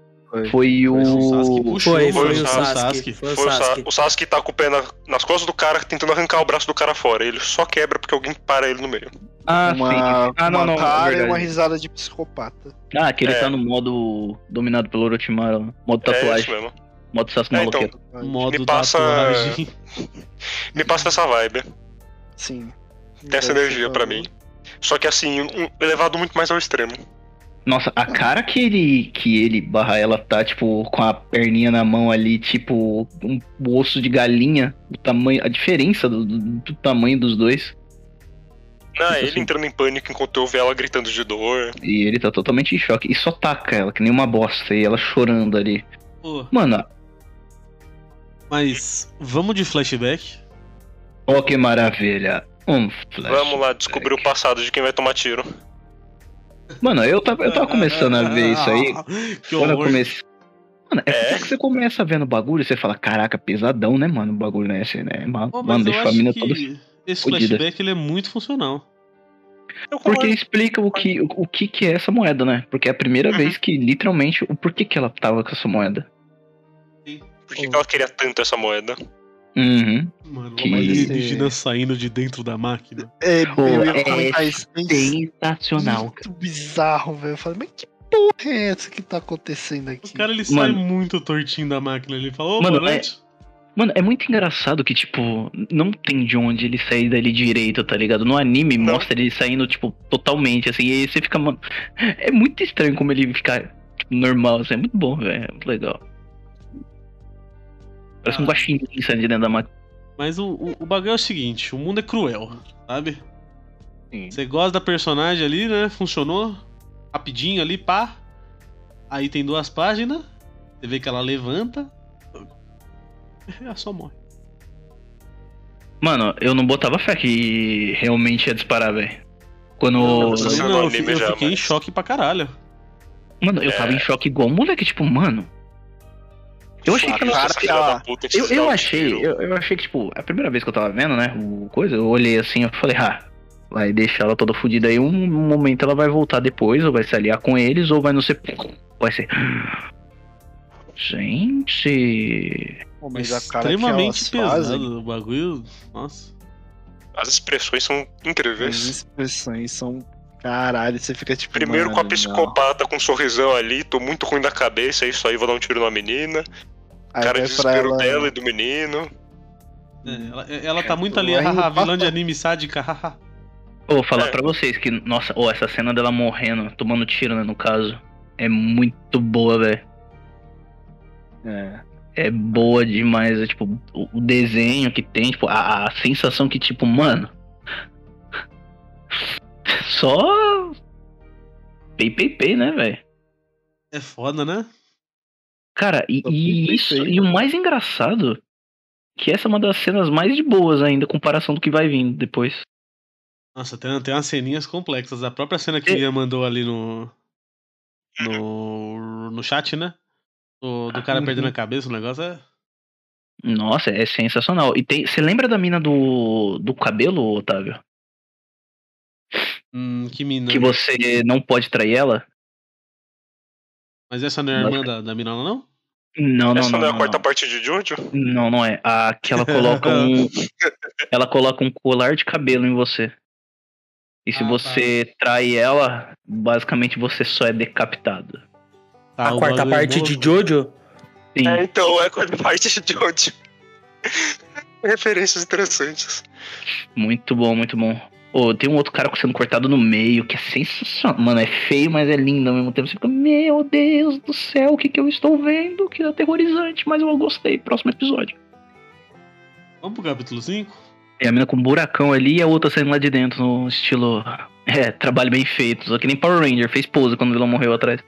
S4: Foi, o.
S3: o Sasuke puxou,
S6: Foi,
S2: foi
S6: foi,
S2: o
S6: o Sasuke.
S3: Sasuke.
S6: Foi o
S2: Foi o, Sa-
S6: Sasuke.
S2: o Sasuke tá com o pé na- nas costas do cara, tentando arrancar o braço do cara fora. Ele só quebra porque alguém para ele no meio.
S4: Ah,
S5: uma
S4: sim. Ah, não,
S5: uma
S4: não. é
S5: cara e uma
S4: verdade.
S5: risada de psicopata.
S4: Ah, que ele
S2: É.
S4: tá no modo dominado pelo Orochimaru. lá. Modo
S2: É
S4: tatuagem.
S2: isso mesmo.
S4: modo Sasuke
S2: É, então.
S4: maloqueiro.
S3: Modo
S2: Me passa-
S3: tatuagem.
S2: Me passa essa vibe.
S6: Hum,
S5: Sim.
S2: Tem essa energia pra mim. Só que assim, um- elevado muito mais ao extremo.
S4: Nossa, a cara que ele, que ele barra ela tá, tipo, com a perninha na mão ali, tipo, um osso de galinha. O tamanho, a diferença do, do- do tamanho dos dois.
S2: Não,
S4: Isso
S2: ele
S4: sim.
S2: entrando em pânico enquanto eu ouvi ela gritando de dor.
S4: E ele tá totalmente em choque. E só taca ela, que nem uma bosta. E ela chorando ali.
S3: Pô,
S4: Mano,
S3: mas vamos de flashback.
S4: ó que maravilha. Um flash.
S2: Vamos lá, descobrir o passado de quem vai tomar tiro.
S4: Mano, eu tava, eu tava começando a ver isso aí.
S3: Ah, Que
S4: Quando eu
S3: horror.
S4: comecei. Mano, é,
S2: É?
S4: porque você começa vendo o bagulho e você fala, caraca, pesadão, né, mano? O bagulho né? Esse, né? Ma-
S3: Pô, mas
S4: mano,
S3: eu
S4: deixa a
S3: acho
S4: mina
S3: que
S4: toda.
S3: Esse
S4: fodida.
S3: flashback ele é muito funcional.
S2: Eu
S4: Porque explica o que, o, o que que é essa moeda, né? Porque é a primeira
S2: Uhum.
S4: vez que, literalmente, o porquê que ela tava com essa moeda.
S2: Por que que ela queria tanto essa moeda?
S4: Uhum.
S3: Mano,
S4: Que-
S3: uma alienígena saindo de dentro da máquina.
S5: É,
S4: Pô,
S5: eu ia
S4: é
S5: comentar isso. mas
S4: Sensacional.
S5: Muito bizarro, velho. Eu falei, mas que porra é essa que tá acontecendo
S3: O
S5: aqui?
S3: cara ele sai
S4: Mano.
S3: muito tortinho da máquina. Ele fala, ô,
S4: Mano, é
S3: boa noite.
S4: Mano, é muito engraçado que, tipo, não tem de onde ele sair dali direito, tá ligado? No anime
S2: Não.
S4: mostra ele saindo, tipo, totalmente, assim, e aí você fica, mano. É muito estranho como ele fica tipo, normal, assim, é muito bom, velho. É muito legal. Parece um
S3: Ah.
S4: guaxinim saindo de dentro da máquina.
S3: Mas o, o, o bagulho é o seguinte: o mundo é cruel, sabe? Você gosta da personagem ali, né? Funcionou. Rapidinho ali, pá. Aí tem duas páginas. Você vê que ela levanta. Ela só morre.
S4: Mano, eu não botava fé que realmente ia disparar, velho. Quando.
S3: Não,
S2: mas
S3: eu,
S2: não
S3: não, eu,
S2: anime
S3: fi- eu
S2: já,
S3: fiquei em
S2: mas-
S3: choque pra caralho.
S4: Mano, eu tava em choque igual um moleque, tipo, mano. Eu achei que ela-
S2: Essa filha
S5: ela-
S2: da puta que
S4: Eu,
S2: se
S4: eu
S2: dá um
S4: achei,
S2: tiro.
S4: eu, eu achei que, tipo, a primeira vez que eu tava vendo, né, o coisa, eu olhei assim, eu falei, ah, vai deixar ela toda fodida aí, um momento ela vai voltar depois, ou vai se aliar com eles, ou vai não ser. Vai ser. Gente.
S5: Pô,
S3: Mas
S5: mas a cara que
S3: extremamente
S5: elas
S3: pesado.
S5: fazem,
S3: O bagulho. Nossa.
S2: As expressões são
S5: As
S2: incríveis.
S5: expressões são. Caralho, você fica tipo.
S2: Primeiro com a
S5: mano,
S2: psicopata com um sorrisão ali, tô muito ruim da cabeça, é isso aí, vou dar um tiro na menina.
S5: não.
S4: é
S5: Aí
S2: Cara
S5: vai
S2: de
S5: pra
S2: desespero
S5: ela-
S4: né?
S2: dela e do menino.
S3: É, ela, ela tá muito ali,
S5: Vai
S3: haha,
S5: embora.
S3: vilã de anime sádica, haha.
S4: Eu vou falar
S2: É.
S4: pra vocês que, nossa, ó, essa cena dela morrendo, tomando tiro, né, no caso, é muito boa, velho.
S5: É.
S4: É boa demais, é, tipo, o, o desenho que tem, tipo, a, a sensação que, tipo, mano. Só. Pei, pei, pei, né, velho?
S3: É foda, né?
S4: Cara, e,
S5: Só pei,
S4: e
S5: pei,
S4: isso,
S5: pei. né?
S4: e o mais engraçado, que essa é uma das cenas mais de boas ainda, comparação do que vai vindo depois.
S3: Nossa, tem, tem umas ceninhas complexas. A própria cena que o
S4: É.
S3: Ian mandou ali no. No. No chat, né? Do, do cara
S5: Uhum.
S3: perdendo a cabeça, o negócio é.
S4: Nossa, é sensacional. E tem. Você lembra da mina do, do cabelo, Otávio?
S3: Hum, que mina.
S4: Que você não pode trair ela?
S3: Mas essa não é a irmã da, da mina, lá, não?
S4: Não, não,
S2: Essa
S4: não.
S2: não é a
S4: não,
S2: quarta
S4: não.
S2: parte de Jojo?
S4: Não, não é. A que ela coloca um. ela coloca um colar de cabelo em você. E se
S3: Ah, tá.
S4: você trai ela, basicamente você só é decapitado.
S3: Tá,
S6: A
S3: o
S6: quarta
S3: bagulho é
S6: parte
S3: bom.
S6: de Jojo?
S4: Sim.
S2: É, então, é a quarta parte de Jojo. Referências interessantes.
S4: Muito bom, muito bom. Ô, tem um outro cara sendo cortado no meio, que é sensacional. Mano, é feio, mas é lindo ao mesmo tempo. Você fica, meu Deus do céu, o que, que eu estou vendo? Que aterrorizante, mas eu gostei. Próximo episódio.
S3: Vamos pro capítulo 5?
S4: E a mina com um buracão ali e a outra saindo lá de dentro, no estilo. É, trabalho bem feito. Só que nem Power Ranger, fez pose quando o vilão morreu atrás.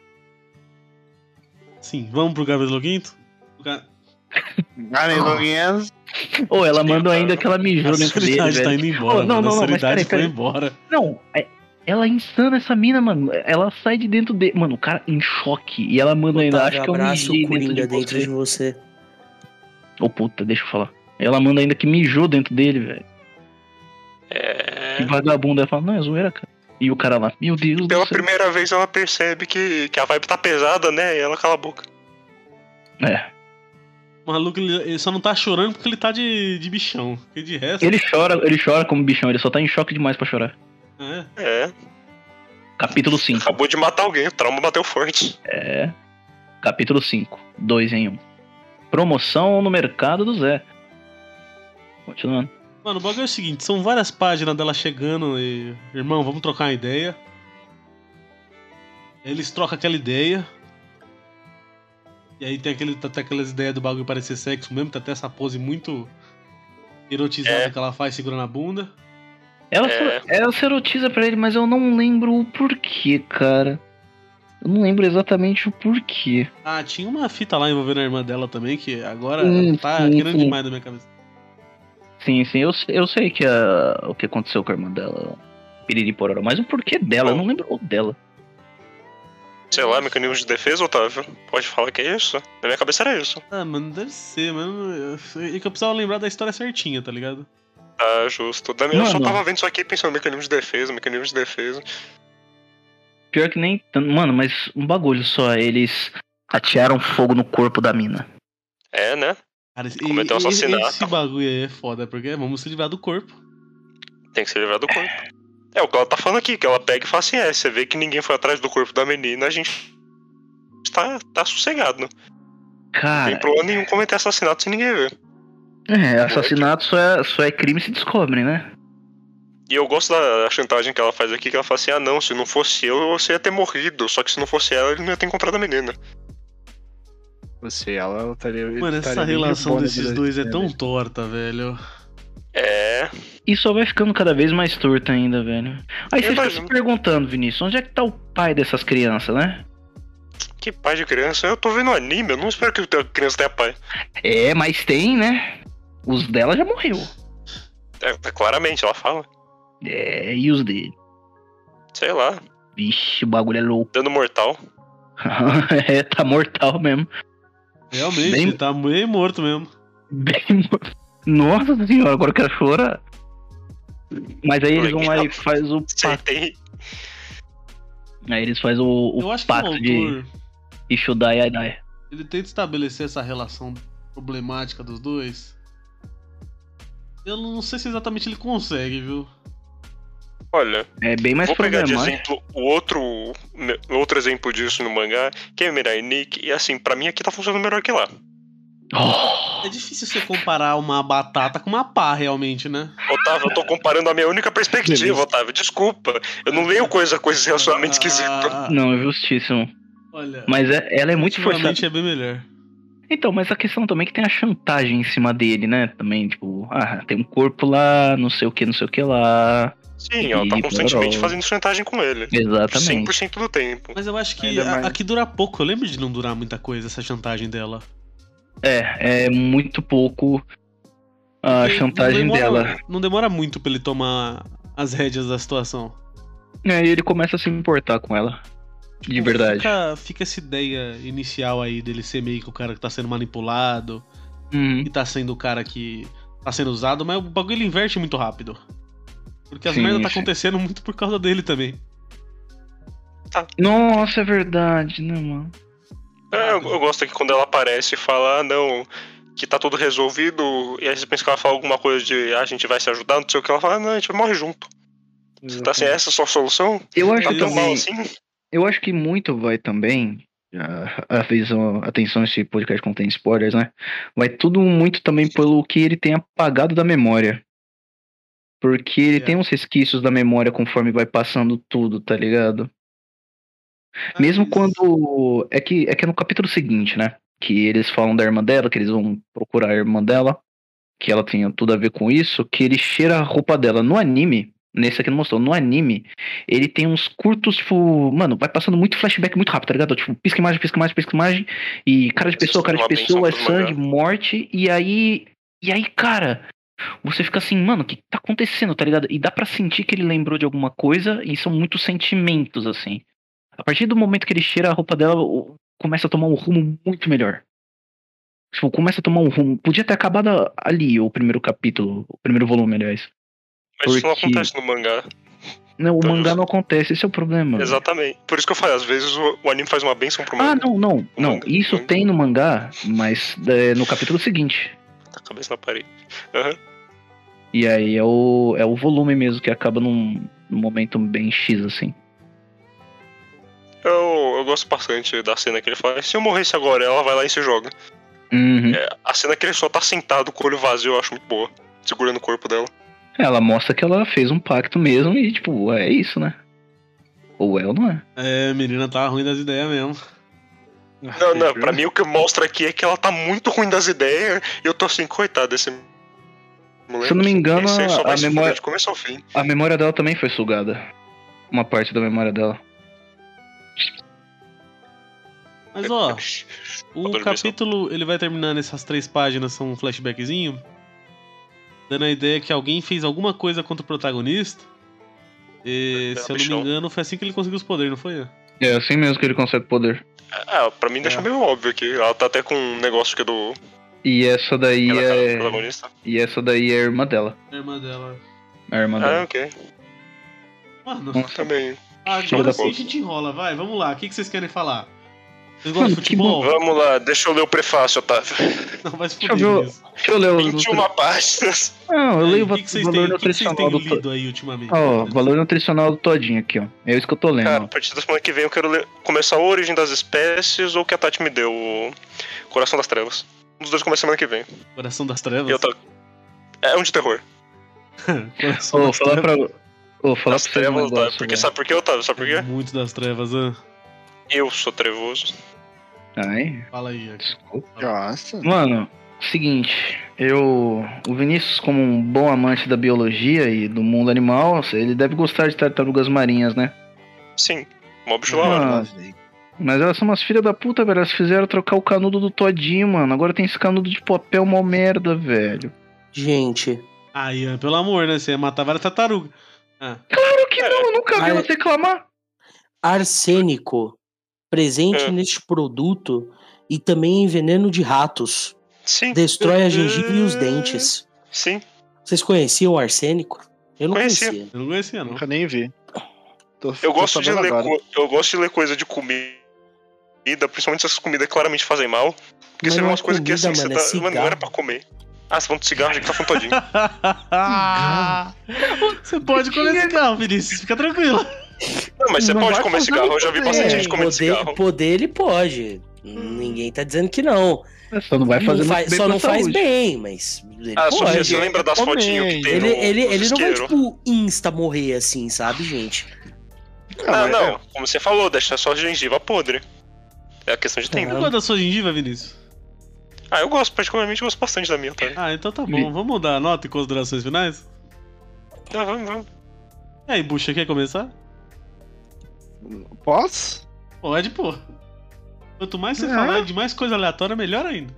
S3: Sim, vamos pro capítulo 5?
S5: Cara,
S2: Ah.
S5: pelo menos
S4: Ou ela
S2: Sim,
S4: mandou
S2: cara.
S4: ainda que ela
S3: A
S4: mijou dentro dele,
S3: sanidade tá
S4: velho.
S3: indo embora.
S4: Oh, não,
S3: mano, a
S4: não, não, mas
S3: sanidade
S4: peraí, peraí.
S3: foi embora.
S4: Não, é- ela é insana essa mina, mano. Ela sai de dentro dele. Mano, o cara em choque. E ela manda ainda, acho
S6: Otávio,
S4: que eu
S6: abraço
S4: mijei
S6: o
S4: dentro de
S6: Coringa
S4: você.
S6: dentro de você.
S4: Ô puta, deixa eu falar. Ela manda ainda que mijou dentro dele, velho.
S2: É.
S4: Que vagabundo. Ela fala, não, é zoeira, cara. E o cara lá, meu Deus
S2: Pela
S4: do céu.
S2: primeira vez ela percebe que, que a vibe tá pesada, né? E ela cala a boca.
S4: É.
S3: O maluco, ele, ele só não tá chorando porque ele tá de, de bichão. Porque de resto,
S4: Ele chora, ele chora como bichão, ele só tá em choque demais pra chorar.
S3: é.
S2: É,
S4: Capítulo 5.
S2: acabou de matar alguém, o trauma bateu forte.
S4: É. Capítulo 5. Dois em um. Promoção no mercado do Zé. Continuando.
S3: Mano, o bagulho é o seguinte, são várias páginas dela chegando e. Irmão, vamos trocar uma ideia. Eles trocam aquela ideia. E aí tem aquele, tá- tá aquelas ideias do bagulho parecer sexo mesmo, tá até essa pose muito erotizada
S2: É.
S3: que ela faz segurando a bunda.
S4: Ela,
S2: É.
S4: se- ela se erotiza pra ele, mas eu não lembro o porquê, cara. Eu não lembro exatamente o porquê.
S3: Ah, tinha uma fita lá envolvendo a irmã dela também, que agora
S4: Hum,
S3: tá
S4: sim,
S3: grande
S4: sim.
S3: demais da minha cabeça.
S4: Sim, sim, eu, se- eu sei que a- o que aconteceu com a irmã dela. Piriri pororó, mas o porquê dela, eu não lembro o dela.
S2: Sei lá, mecanismo de defesa, Otávio. Pode falar que é isso? Na minha cabeça era isso.
S3: Ah, mano, deve ser, mano. É que eu precisava lembrar da história certinha, tá ligado?
S2: Tá justo. Da minha, eu só
S4: Mano.
S2: tava vendo isso aqui pensando mecanismo de defesa, mecanismo de defesa.
S4: Pior que nem. tan- Mano, mas um bagulho só, eles atearam fogo no corpo da mina.
S2: É, né?
S3: Cara, esse,
S2: Cometeu assassinato.
S3: esse bagulho aí é foda, porque vamos se livrar do corpo.
S2: Tem que se livrar do corpo. É o que ela tá falando aqui, que ela pega e fala assim, é, você vê que ninguém foi atrás do corpo da menina, a gente tá, tá sossegado. Não tem
S4: Cara,
S2: problema nenhum cometer assassinato sem ninguém ver.
S4: é, assassinato só é, só é crime se descobre, né?
S2: E eu gosto da chantagem que ela faz aqui, que ela fala assim, ah não, se não fosse eu, você ia ter morrido. Só que se não fosse ela, ele não ia ter comprado a menina.
S5: Você, ela, ela estaria.
S3: Mano, essa relação desses dois
S5: né,
S3: é tão torta, velho.
S2: É.
S4: E só vai ficando cada vez mais torta ainda, velho. Aí
S2: É, Eu
S4: você fica se
S2: imagino.
S4: perguntando, Vinícius, onde é que tá o pai dessas crianças, né?
S2: Que pai de criança. Eu tô vendo anime, eu não espero que a criança tenha pai.
S4: É, mas tem, né? Os dela já morreu.
S2: É, claramente, ela fala.
S4: É, e os dele?
S2: Sei lá,
S4: Vixe, o bagulho é louco.
S2: dando mortal.
S4: é, tá mortal mesmo.
S3: Realmente,
S4: Bem-
S3: ele tá meio morto mesmo.
S4: Bem mor- Nossa senhora, agora eu quero chorar. Mas aí eles vão lá e
S2: tá.
S4: faz o
S2: Você
S4: pacto.
S2: tem.
S4: Aí eles fazem o,
S3: Eu
S4: o
S3: acho que o
S4: pacto de
S3: autor,
S4: Ishudai Ainai.
S3: ele tenta estabelecer essa relação problemática dos dois. Eu não sei se exatamente ele consegue, viu?
S2: Olha,
S4: É bem mais
S2: vou pegar de
S4: problemático.
S2: exemplo o outro, o outro exemplo disso no mangá, que é Mirai Nick, e assim, pra mim aqui tá funcionando melhor que lá.
S4: Oh,
S3: É difícil você comparar uma batata com uma pá, realmente, né?
S2: Otávio, eu tô comparando a minha única perspectiva,
S5: Beleza.
S2: Otávio. Desculpa. é, Eu não leio coisa com esse relacionamento esquisito.
S3: Ah,
S4: não, é justíssimo.
S3: Olha,
S4: Mas é- ela é muito forçada.
S3: ultimamente é bem melhor.
S4: Então, mas a questão também é que tem a chantagem em cima dele, né? Também, tipo, ah, tem um corpo lá, não sei o que, não sei o que lá.
S2: Sim, ela tá
S4: Ih,
S2: constantemente
S4: parou.
S2: fazendo chantagem com ele.
S4: Exatamente.
S2: 100% do tempo.
S3: Mas eu acho que
S5: Ainda mais.
S3: a, aqui dura pouco. Eu lembro de não durar muita coisa essa chantagem dela.
S4: É, é muito pouco a
S3: Porque
S4: chantagem
S3: não demora-
S4: dela.
S3: Não demora muito pra ele tomar as rédeas da situação.
S4: É, e ele começa a se importar com ela. De
S3: Tipo,
S4: é verdade.
S3: Fica, fica essa ideia inicial aí dele ser meio que o cara que tá sendo manipulado
S4: Uhum.
S3: e tá sendo o cara que tá sendo usado, mas o bagulho ele inverte muito rápido. Porque as
S4: Sim,
S3: merdas tá
S4: sim.
S3: acontecendo muito por causa dele também.
S4: Nossa, é verdade, né, mano?
S2: É, eu, eu gosto que quando ela aparece e fala, ah, não, que tá tudo resolvido, e aí você pensa que ela fala alguma coisa de, ah, a gente vai se ajudar, não sei o que, ela fala, ah, não, a gente morre junto. Você tá assim, essa é a sua solução?
S4: Eu acho,
S2: Tá
S4: que
S2: tão mal
S4: também,
S2: assim?
S4: eu acho que muito vai também. A, a visão- atenção, esse podcast contém spoilers, né? Vai tudo muito também pelo que ele tem apagado da memória. Porque ele
S3: É.
S4: tem uns resquícios da memória conforme vai passando tudo, tá ligado? Mesmo quando. É que, é que é no capítulo seguinte, né? Que eles falam da irmã dela, que eles vão procurar a irmã dela, que ela tinha tudo a ver com isso, que ele cheira a roupa dela. No anime, nesse aqui não mostrou, no anime, ele tem uns curtos, tipo. Mano, vai passando muito flashback muito rápido, tá ligado? Tipo, pisca imagem, pisca imagem, pisca imagem, e cara de pessoa, cara de
S2: Uma benção
S4: pessoa, é
S2: pro mangá.
S4: sangue, morte, e aí. E aí, cara. Você fica assim, mano, o que tá acontecendo, tá ligado? E dá pra sentir que ele lembrou de alguma coisa, e são muitos sentimentos, assim. A partir do momento que ele cheira a roupa dela, o- começa a tomar um rumo muito melhor. Tipo, começa a tomar um rumo. Podia ter acabado a- ali o primeiro capítulo, o primeiro volume, aliás.
S2: Mas isso não
S4: porque-
S2: acontece no mangá.
S4: Não, o
S2: Então,
S4: mangá
S2: justo.
S4: não acontece, esse é o problema.
S2: Exatamente. Por isso que eu falei, às vezes o, o anime faz uma benção pro
S4: Ah,
S2: mangá.
S4: não, não, não.
S2: mangá-
S4: Isso
S2: mangá.
S4: tem no mangá, mas é, no capítulo seguinte.
S2: Tá a cabeça na parede. Aham.
S4: E aí é o, é o volume mesmo que acaba num, num momento bem X, assim.
S2: Eu, eu gosto bastante da cena que ele fala. Se eu morresse agora, ela vai lá e se joga.
S4: Uhum.
S2: A cena que ele só tá sentado com o olho vazio, eu acho muito boa. Segurando o corpo dela.
S4: Ela mostra que ela fez um pacto mesmo e, tipo, é isso, né? Ou é ou não é.
S3: É, a menina tá ruim das ideias mesmo.
S2: Não, não, pra mim o que mostra aqui é que ela tá muito ruim das ideias e eu tô assim, coitado desse moleque. assim,
S4: Se eu não me engano,
S2: Esse aí só
S4: a-
S2: vai
S4: a
S2: se fuder
S4: memória-
S2: De começo ao fim.
S4: A memória dela também foi sugada. Uma parte da memória dela.
S3: Mas ó, o
S2: Adoro
S3: capítulo ele vai terminar nessas três páginas, são um flashbackzinho, dando a ideia que alguém fez alguma coisa contra o protagonista. E,
S2: É,
S3: se eu não
S2: bichão.
S3: me engano, foi assim que ele conseguiu os poderes, não foi?
S4: É assim mesmo que ele consegue poder.
S2: Ah, pra mim deixa
S5: É.
S2: meio óbvio aqui. Ela tá até com um negócio que é do.
S4: E essa daí
S2: ela tá do
S4: é.
S2: protagonista.
S4: E essa daí é a irmã dela.
S3: A irmã dela.
S4: A irmã
S2: Ah,
S4: dela.
S2: ok.
S3: Mano,
S4: Nossa.
S2: Também.
S4: Ah,
S2: filha
S3: agora
S2: da
S3: sim a
S2: puta.
S3: gente enrola, vai, vamos lá. O que que vocês querem falar? Vocês gostam de
S4: Mano, que
S3: futebol?
S2: Vamos lá, deixa eu ler o prefácio, Otávio.
S3: Não, vai se
S4: Deixa eu
S3: fuder
S4: ver o-
S3: isso.
S4: Deixa eu ler o.
S2: 21 páginas.
S4: Não, eu
S3: Aí,
S4: leio o
S3: o que, que vocês
S4: valor
S3: têm, o que que vocês têm
S4: nutricional do.
S3: lido aí ultimamente?
S4: Ó, valor nutricional do Todinho aqui, ó. É isso que eu tô lendo.
S2: Cara,
S4: ó.
S2: a partir da semana que vem eu quero ler, começar a Origem das Espécies ou o que a Tati me deu, o Coração das Trevas. Um dos dois começa semana que vem.
S3: Coração das
S2: E
S3: Trevas?
S2: eu tava... É um de terror.
S3: Coração
S4: Ô,
S3: das
S4: falar
S3: Trevas.
S4: pra. Ô, falar pra
S2: das
S4: vocês um
S2: Trevas, Otávio.
S4: negócio,
S2: Porque,
S4: velho.
S2: sabe por quê, Otávio? Sabe por quê?
S3: Muito das Trevas, ah.
S2: Eu sou trevoso.
S4: Ai,
S3: Fala aí, aqui.
S4: desculpa.
S5: Nossa.
S4: Mano, seguinte, eu. O Vinícius, como um bom amante da biologia e do mundo animal, ele deve gostar de tartarugas marinhas, né?
S2: Sim. Mó bicho da hora.
S4: Ah.
S5: Lá vem.
S4: Mas elas são umas filhas da puta, velho. Elas fizeram trocar o canudo do Todinho, mano. Agora tem esse canudo de papel mó merda, velho.
S6: Gente,
S3: Ah, Ian, pelo amor, né? Você ia matar várias tartarugas. Ah,
S4: Claro que não, eu nunca vi
S6: Ai.
S4: elas reclamar.
S6: arsênico presente
S2: É.
S6: neste produto e também em veneno de ratos.
S2: Sim,
S6: Destrói a gengiva
S2: Uhum.
S6: e os dentes.
S2: sim.
S6: Vocês conheciam o arsênico? Eu não
S2: Conhecia.
S6: conhecia.
S3: eu não conhecia, não.
S5: Nunca nem vi. Tô-
S2: Eu
S5: tô
S2: gosto, de
S5: sabendo
S2: ler
S5: agora.
S2: co- eu gosto de ler coisa de comida, principalmente essas comidas que claramente fazem mal. Porque
S6: Mas
S2: você vê
S6: não é
S2: umas coisas que
S6: comida,
S2: assim, você
S6: mano,
S2: tá. Mano,
S6: é
S2: não era
S6: cigarro.
S2: pra comer. Ah, você falando de cigarro, a gente tá falando todinho.
S6: Ah.
S3: Você pode comer cigarro, Vinícius. Fica tranquilo.
S2: Não, mas você
S5: Não
S2: pode
S5: vai
S2: comer
S5: fazer
S2: cigarro, eu já
S6: é,
S2: vi
S5: muito
S2: bastante
S5: bem.
S2: gente comendo cigarro. Hum.
S6: poder, poder ele pode. Ninguém tá dizendo que não.
S4: Só não vai fazer muito
S6: Não faz-
S4: bem
S6: só
S4: pra
S6: não faz
S4: saúde.
S6: bem, mas ele
S2: Ah,
S6: pode.
S2: Sofia, você lembra das
S5: Comer.
S2: fotinhas que tem
S6: é Ele,
S2: no,
S6: ele,
S2: nos
S6: ele não vai,
S2: isqueiro?
S6: tipo, insta morrer assim, sabe, gente?
S2: Ah, Não,
S5: é-
S2: não. Como você falou, deixa só a gengiva podre. É a questão de tempo.
S3: Você gosta da sua gengiva, Vinícius?
S2: Ah, eu gosto, particularmente eu gosto bastante da minha, tá?
S3: Ah, então tá
S4: Me-
S3: bom. Vamos dar nota e considerações finais?
S2: Ah, vamos, vamos.
S3: E aí, Bucha, quer começar?
S5: Posso?
S3: Pode, pô. Quanto mais você
S5: É.
S3: falar de mais coisa aleatória, melhor ainda.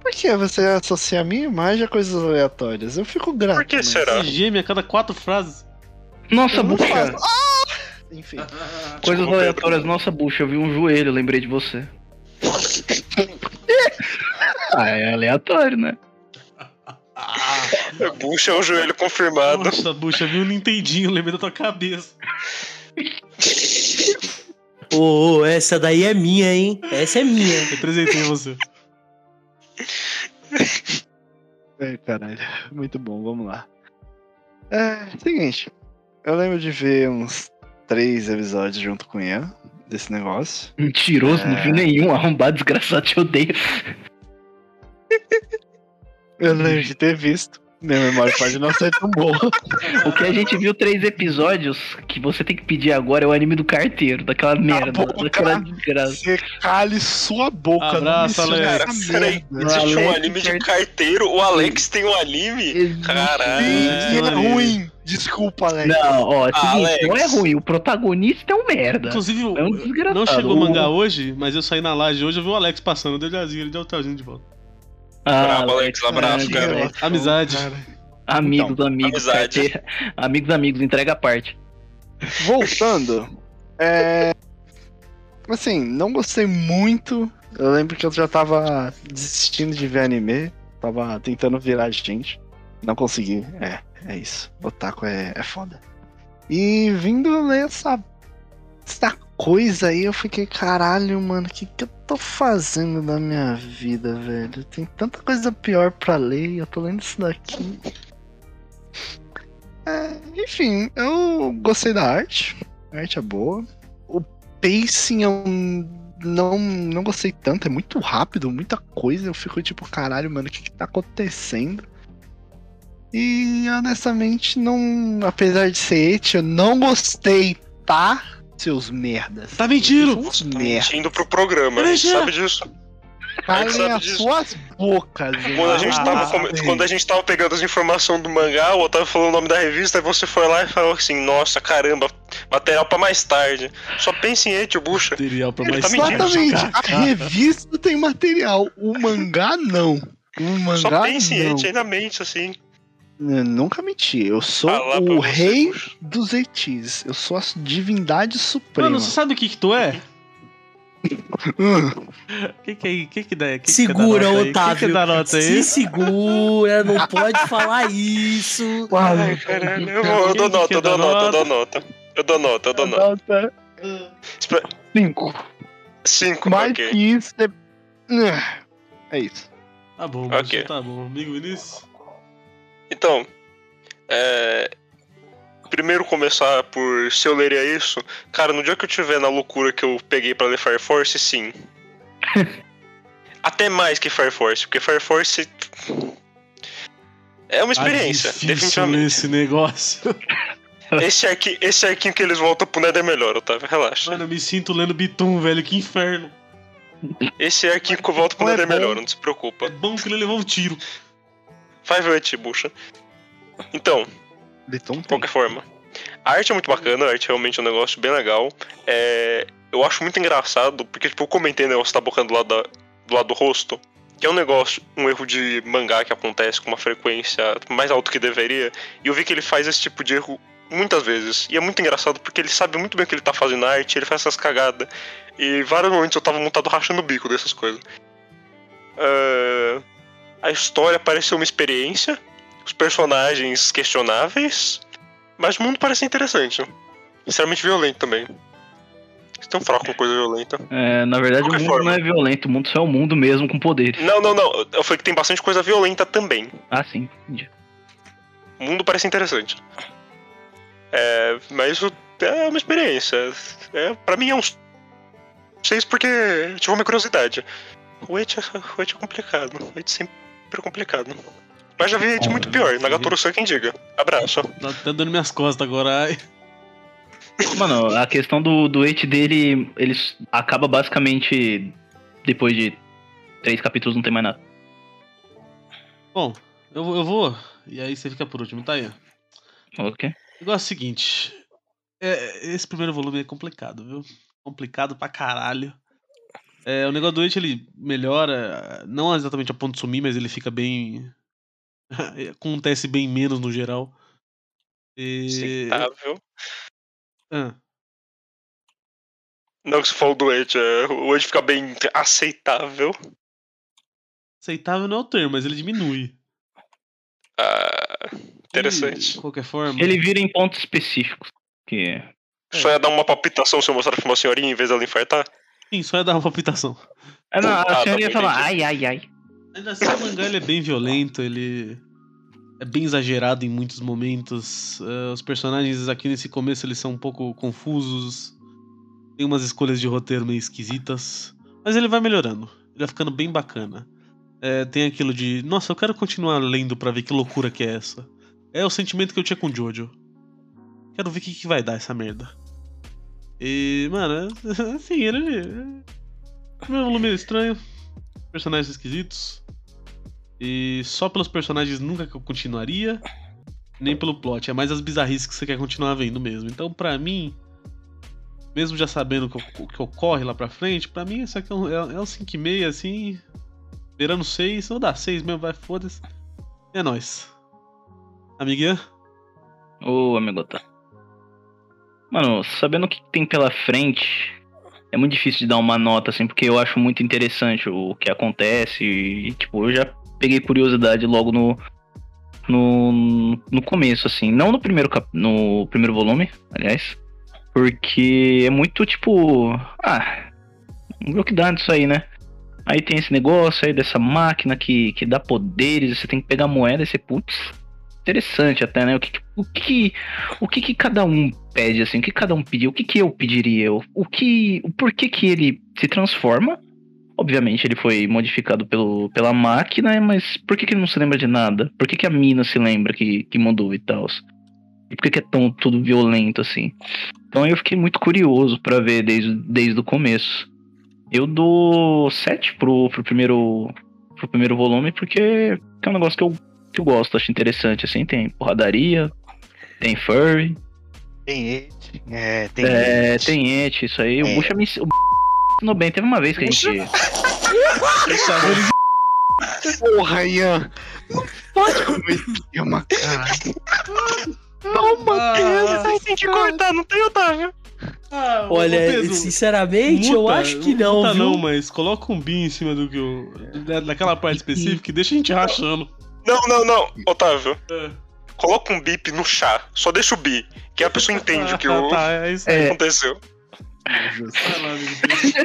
S5: Por que você associa a minha imagem a coisas aleatórias? Eu fico grato.
S2: Por que
S5: mas-
S2: será?
S3: Você geme a cada quatro frases.
S4: Nossa,
S3: Tá
S5: Eu não
S4: bucha.
S5: faço. Ah! Enfim.
S4: Coisas
S2: Desculpa,
S4: aleatórias,
S6: né?
S2: Pedro.
S4: nossa, bucha. Eu vi um joelho, eu lembrei de você. Ah, é aleatório, né?
S2: Bucha é o joelho confirmado.
S3: Nossa, Bucha, vi um Nintendinho, lembrei da tua cabeça.
S6: Ô, ô, essa daí é minha, hein? Essa é minha.
S3: Representei você.
S5: É, caralho. Muito bom, vamos lá. É, seguinte. Eu lembro de ver uns três episódios junto com o Ian desse negócio.
S4: Mentiroso, não vi
S5: É.
S4: nenhum. Arrombado, desgraçado, te odeio.
S5: Eu lembro de ter visto. Minha memória pode não ser tão boa.
S4: O que a gente viu três episódios que você tem que pedir agora é o anime do carteiro, daquela merda,
S5: boca,
S4: daquela
S5: Tá cara.
S4: desgraça.
S5: Você cale sua boca,
S3: Abraço,
S5: não menciona
S3: Alex.
S2: Cara,
S5: essa
S2: peraí,
S5: merda.
S2: existe um
S4: Alex
S2: anime de
S4: Kert-
S2: carteiro? O Alex tem um anime? Caralho.
S5: Sim,
S3: É,
S5: é
S3: olha aí.
S5: ruim. Desculpa, Alex.
S4: Não, ó, é o
S2: Ah,
S4: seguinte, não é
S2: Alex.
S4: ruim, o protagonista é um merda.
S3: Inclusive,
S4: É um
S3: o-
S4: desgraçado.
S3: não chegou
S4: O-
S3: o mangá hoje, mas eu saí na laje hoje, eu vi o Alex passando, deu de azinho, ele deu o Telzinho de volta.
S4: Ah,
S2: Brabo, Alex, um
S5: É,
S2: abraço,
S4: ah,
S2: cara.
S4: Alex.
S3: Amizade.
S4: Amigos,
S5: Então,
S4: amigos,
S2: amizade.
S4: carteira. Amigos, amigos, entrega a parte.
S5: Voltando, é. Assim, não gostei muito. Eu lembro que eu já tava desistindo de ver anime. Tava tentando virar de gente. Não consegui. É, é isso. Otaku é, é foda. E vindo ler essa, essa coisa aí, eu fiquei, caralho, mano, o que, que eu tô fazendo da minha vida, velho? Tem tanta coisa pior pra ler e eu tô lendo isso daqui. É, enfim, eu gostei da arte. A arte é boa. O pacing eu não, não gostei tanto, é muito rápido, muita coisa. Eu fico tipo, caralho, mano, o que, que tá acontecendo? E honestamente, não. Apesar de ser et, eu não gostei, tá? Seus merdas.
S3: Tá mentindo!
S5: Vocês são uns
S2: Tá
S5: merda.
S2: mentindo pro programa, a gente
S3: Imagina.
S2: sabe disso.
S5: Calem
S2: sabe
S5: as
S2: disso.
S5: Tá suas bocas, hein?
S2: Quando a, gente
S5: Ah,
S2: tava, come- quando a gente tava pegando as informações do mangá, o Otávio falou o nome da revista, aí você foi lá e falou assim, nossa, caramba, material pra mais tarde. Só pensa em Etio, bucha.
S3: Material pra
S2: Ele
S3: mais
S2: tá mentindo,
S5: Exatamente.
S3: tarde.
S5: A revista tem material, o mangá não. O mangá
S2: Só pensa em
S5: não.
S2: Etio aí na mente, assim.
S5: Eu nunca menti. Eu sou
S2: Ah, lá pra
S5: o
S2: você,
S5: rei
S2: puxa.
S5: dos etis. Eu sou a divindade suprema.
S3: Mano, você sabe o que que tu é?
S5: Hum,
S3: O que que é? Que que dá? Que que
S6: Segura,
S3: dá nota aí?
S6: Otávio.
S3: Que que dá nota
S6: Se
S3: aí?
S6: segura, não pode falar isso.
S2: Ai, caralho, eu, vou- eu dou
S3: Quem
S2: nota,
S3: que
S2: eu dou
S3: dá
S2: nota, eu dou nota. Eu dou nota, eu dou nota.
S5: nota
S2: Espera-
S5: 5.
S2: Cinco,
S5: Mais
S2: ok.
S5: que isso é. Ah, É isso.
S3: Tá bom, mas
S2: Ok.
S3: tá bom. Amigo Vinícius.
S2: Então, é... primeiro começar por se eu leria isso. Cara, no dia que eu tiver na loucura que eu peguei pra ler Fire Force, sim. Até mais que Fire Force, porque Fire Force é uma experiência,
S3: Tá difícil
S2: definitivamente.
S3: Esse negócio.
S2: Esse, arqui, esse arquinho que eles voltam pro Nether é melhor, Otávio, relaxa.
S3: Mano, eu me sinto lendo Bitum, velho. Que inferno.
S2: Esse arquinho que volta pro
S5: Não é
S2: Nether é
S5: bom.
S2: melhor, não se preocupa.
S3: É bom que ele levou um tiro.
S2: Five It, bucha. Então,
S5: Beton
S2: De qualquer forma. A arte é muito bacana, a arte realmente é um negócio bem legal. É, eu acho muito engraçado, porque tipo, eu comentei o negócio da boca do lado, da- do lado do rosto, que é um negócio, um erro de mangá que acontece com uma frequência mais alta que deveria. E eu vi que ele faz esse tipo de erro muitas vezes. E é muito engraçado porque ele sabe muito bem o que ele tá fazendo na arte, ele faz essas cagadas. E vários momentos eu tava montado rachando o bico dessas coisas. É, a história pareceu uma experiência, os personagens questionáveis. Mas o mundo parece interessante. Sinceramente violento também. Vocês tão fracos com coisa violenta.
S4: É, na verdade, o
S2: Qualquer
S4: mundo
S2: forma.
S4: não é violento, o mundo só é o mundo mesmo com poder.
S2: Não, não, não. Eu falei que tem bastante coisa violenta também.
S4: Ah, sim, entendi.
S2: O mundo parece interessante. É, mas isso é uma experiência. É, pra mim é um. Seis porque eu tive uma curiosidade. O It é, o It é complicado. O It sempre é complicado. Mas já vi It muito pior. Nagatoro-san quem diga. Abraço.
S3: Tá até dando minhas costas agora. Ai.
S4: Mano, a questão do, do hate dele, ele s- acaba basicamente depois de três capítulos, não tem mais nada.
S3: Bom, eu, vou- eu vou. E aí você fica por último, tá aí.
S4: Ok?
S3: Negócio é o seguinte. é, esse primeiro volume é complicado, viu? Complicado pra caralho. É, o negócio do It, ele melhora, não exatamente a ponto de sumir, mas ele fica bem. Acontece bem menos no geral. E...
S2: Aceitável.
S3: Ah,
S2: Não que você falou do It. É, o It fica bem aceitável.
S3: aceitável não é o termo, mas ele diminui.
S2: Ah,
S3: E,
S2: interessante.
S3: de qualquer forma.
S4: Ele vira em pontos específicos. Que é,
S3: é.
S2: Só ia dar uma palpitação se eu mostrar pra uma senhorinha em vez dela infartar?
S3: Sim, só ia dar uma palpitação.
S4: Ah, não,
S2: Ah, tá,
S4: a senhorinha
S2: bom,
S4: fala, ai,
S2: entendi.
S4: ai, ai.
S3: Ainda assim, o mangá ele é bem violento, ele é bem exagerado em muitos momentos. Eh, os personagens aqui nesse começo eles são um pouco confusos, tem umas escolhas de roteiro meio esquisitas, mas ele vai melhorando, ele vai ficando bem bacana. Eh, tem aquilo de, nossa, eu quero continuar lendo pra ver que loucura que é essa. É o sentimento que eu tinha com o Jojo. Quero ver o que, que vai dar essa merda. E, mano, é- assim, ele. é- Meu volume é estranho personagens esquisitos. E só pelos personagens nunca que eu continuaria, nem pelo plot. É mais as bizarrices que você quer continuar vendo mesmo. Então, pra mim, mesmo já sabendo o que, o- o que ocorre lá pra frente, pra mim isso aqui é um, é, é um 5,5, assim. Beirando 6, ou dá 6 mesmo, vai, foda-se. É nóis. Amiguinha?
S4: Ô, amigota. Mano, sabendo o que tem pela frente, é muito difícil de dar uma nota, assim, porque eu acho muito interessante o que acontece e, tipo, eu já peguei curiosidade logo no, no, no começo, assim. Não no primeiro, cap- no primeiro volume, aliás. Porque é muito tipo. Ah, vamos ver o que dá nisso aí, né? Aí tem esse negócio aí dessa máquina que, que dá poderes, você tem que pegar moeda e você, putz, interessante até, né? O que, que- o que, que- o que, que cada um pede, assim? O que cada um pediu? O que, que eu pediria? O, o que. O porquê que ele se transforma? Obviamente ele foi modificado pelo, pela máquina, mas por que, que ele não se lembra de nada? Por que, que a mina se lembra que, que mandou e tal? E por que, que é tão tudo violento assim? Então eu fiquei muito curioso pra ver desde, desde o começo. Eu dou 7 pro, pro, primeiro, pro primeiro volume, porque é um negócio que eu, que eu gosto, acho interessante, assim, tem porradaria, tem furry,
S5: Tem et, é, tem.
S4: é,
S5: et.
S4: tem et, isso aí.
S5: É.
S4: O Bucha me ensinou ensinou bem, teve uma vez que a gente.
S5: Porra, Ian! Não pode comer pijama, cara. Toma, Deus!
S2: Ai, tem que cortar, não tem Otávio.
S3: Ah, ô,
S6: Olha,
S3: Pedro,
S6: sinceramente, eu
S3: muta,
S6: acho que não,
S3: muta
S6: viu?
S3: não, mas coloca um bi em cima do que o. da- daquela parte específica e deixa a gente rachando.
S2: Não, não, não, Otávio.
S3: É.
S2: Coloca um bip no chá, só deixa o bi, que a pessoa entende o que o-
S3: Tá, é isso aí.
S4: É,
S2: aconteceu.
S3: Vai lá, amigo.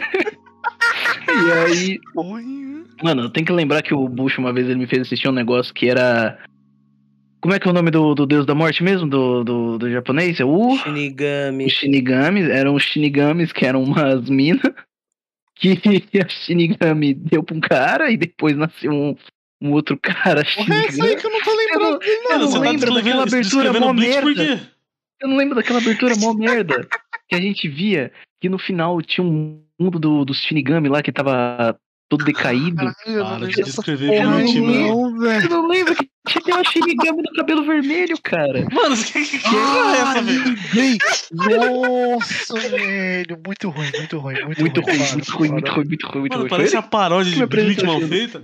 S4: e aí.
S5: Porra, Ian.
S4: Mano, eu tenho que lembrar que o Bush uma vez ele me fez assistir um negócio que era. Como é que é o nome do, do deus da morte mesmo? Do, do, do japonês? É o.
S6: Shinigami.
S4: Os Shinigamis eram os Shinigamis que eram umas minas que a Shinigami deu pra um cara e depois nasceu um, um outro cara
S5: Porra, é isso aí
S4: Shinigami.
S5: que eu não tô
S4: Eu não,
S5: lembrando.
S4: eu não
S3: Você tá
S4: lembro daquela
S3: descrevendo-
S4: abertura
S3: descrevendo
S4: mó
S3: Blitz por
S4: merda.
S3: quê?
S4: Eu não lembro daquela abertura mó merda que a gente via que no final tinha um mundo do, dos Shinigami lá que tava todo decaído.
S5: Caralho, eu não
S3: Para de
S5: lembro dessa
S3: descrever
S5: porra,
S4: não
S3: Blitz,
S4: lembro.
S3: mano.
S5: não, velho.
S4: Eu não lembro que tinha um Shinigami do cabelo vermelho, cara.
S3: Mano, que que que é
S5: Ah,
S3: essa, velho?
S5: lembrei! Nossa, velho! Muito ruim, muito ruim, muito,
S4: Muito ruim,
S5: Para,
S4: muito ruim, muito
S5: para.
S4: ruim, muito ruim, muito
S3: Mano,
S4: ruim.
S3: parece
S4: Foi
S3: a paródia
S4: que me
S3: de Blitz
S4: apresentou
S3: mal
S4: aquilo?
S3: feita.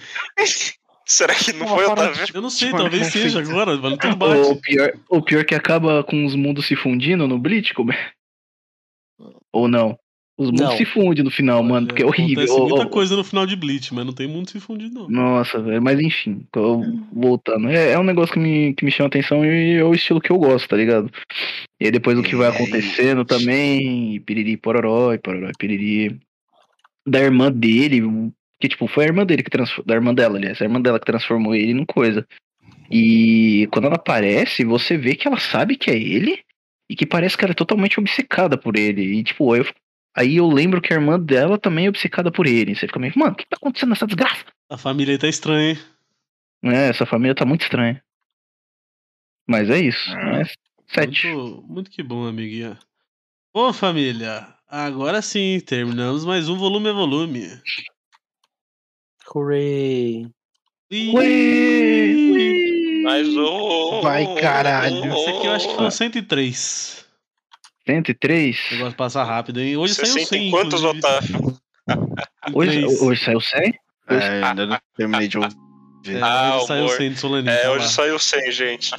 S2: Será que não
S5: Uma
S2: foi
S5: parada-
S2: Otávio?
S3: Eu não sei,
S5: Tipo,
S3: talvez
S5: não sei.
S3: seja agora, mano. Então
S4: ele?
S3: bate.
S4: o pior, o pior é que acaba com os mundos se fundindo no Blitz, como é? Ou não? Os mundos
S6: Não.
S4: se fundem no final, mano, porque é horrível.
S3: Acontece
S4: Ô,
S3: muita
S4: ô,
S3: coisa no final de Blitz, mas não tem mundo se fundido, não.
S4: Nossa, velho, mas enfim, eu- voltando. É, é um negócio que me, que me chama atenção e é o estilo que eu gosto, tá ligado? E aí depois o que vai
S5: É,
S4: acontecendo também, e piriri pororó, e pororó, e piriri. Da irmã dele, que tipo, foi a irmã dele que transformou. Da irmã dela, aliás, a irmã dela que transformou ele num coisa. E quando ela aparece, você vê que ela sabe que é ele e que parece que ela é totalmente obcecada por ele. E tipo, aí eu, aí eu lembro que a irmã dela também é obcecada por ele. Você fica meio, mano, o que tá acontecendo nessa desgraça?
S3: A família aí tá estranha, hein?
S4: É, essa família tá muito estranha. Mas é isso. né? Sete.
S3: Muito, muito que bom, amiguinha. Bom, família, agora sim, terminamos mais um volume a volume.
S6: Hooray.
S3: E...
S4: Ué, ué.
S2: Mas o.
S5: Vai, caralho.
S3: Esse aqui eu acho que foi um o 103.
S4: 103.
S3: O negócio passa rápido, hein? Hoje
S2: Você
S3: saiu 100.
S2: sente quantos,
S3: inclusive.
S2: Otávio?
S4: Hoje,
S3: Três.
S4: hoje saiu 100?
S5: É, ainda não terminei de ouvir.
S3: É,
S2: Ah,
S3: hoje saiu
S2: amor.
S3: 100 de Solaninho.
S2: É,
S3: tá
S2: hoje
S3: lá.
S2: saiu 100, gente.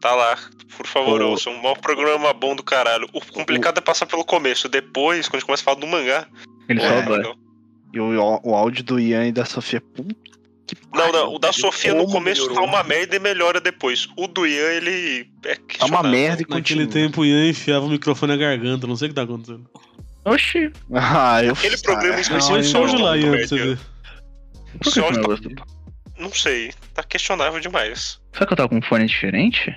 S2: Tá lá. Por favor,
S5: Ô.
S2: ouçam. Um maior programa bom do caralho. O complicado é passar pelo começo. Depois, quando a gente começa a falar do mangá.
S4: Ele
S2: pô,
S4: só
S2: é,
S4: agora.
S2: não.
S5: E o, o áudio do Ian e da Sofia. Puta que
S2: não,
S5: pariu,
S2: não. O da
S5: velho.
S2: Sofia no
S5: Como
S2: começo tá
S5: melhorou.
S2: uma merda e melhora depois. O do Ian, ele. É,
S5: Tá uma
S2: questionável.
S5: merda e
S3: Naquele
S5: continua.
S3: tempo o Ian enfiava o microfone na garganta, não sei o que tá acontecendo.
S4: Oxi.
S5: Ah, eu
S2: Aquele é
S5: ah,
S2: programa
S5: não,
S2: especial
S3: Depois
S5: eu-
S3: só de lá, Ian, pra você
S2: Médio.
S3: ver.
S4: Por que
S2: Só
S4: esse
S2: tá-
S4: negócio tá-
S2: Não sei. Tá questionável demais.
S4: Será que eu tava com um fone diferente?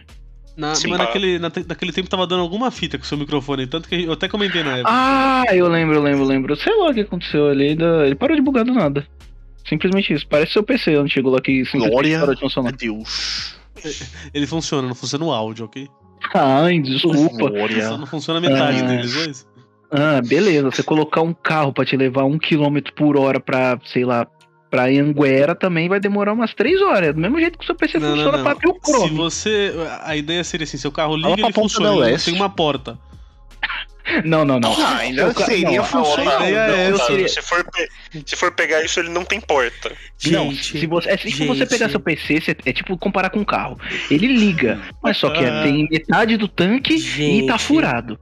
S3: Na,
S2: Sim,
S3: mas
S2: tá.
S3: naquele, na- naquele tempo tava dando alguma fita com o seu microfone, tanto que eu até comentei na época.
S4: Ah, eu lembro, eu lembro, eu lembro. Sei lá o que aconteceu ali. ainda- Ele parou de bugar do nada. Simplesmente isso. Parece seu PC antigo lá que simplesmente
S5: Glória.
S4: parou de funcionar.
S5: Meu Deus.
S3: Ele funciona, não funciona o áudio, ok?
S4: Ai, desculpa.
S3: Só
S5: Glória.
S3: não funciona a metade
S4: Ah.
S3: deles, é dois.
S4: Ah, beleza. Você colocar um carro pra te levar um quilômetro por hora pra, sei lá, pra Anguera também vai demorar umas três horas. Do mesmo jeito que o seu PC
S3: Não, não,
S4: funciona
S3: não.
S4: pra abrir o
S3: Se
S4: Chrome.
S3: você. A ideia seria assim: seu carro liga
S5: Fala
S3: e
S5: pra
S3: ele
S5: ponta
S3: funciona,
S5: da
S3: ele não
S5: leste.
S3: tem uma porta.
S4: Não, não, não.
S5: Ah, ainda
S4: Seu ca-
S5: seria
S4: não,
S5: funcional.
S4: a ideia
S2: Não,
S4: é eu
S2: Otávio,
S4: seria-
S2: se, for pe- se for pegar isso, ele não tem porta.
S4: Não,
S6: Gente,
S4: se você, é tipo você
S6: gente.
S4: pegar seu PC, você- é tipo comparar com um carro. Ele liga, mas só que é,
S3: Ah.
S4: tem metade do tanque e tá
S6: Gente.
S4: furado.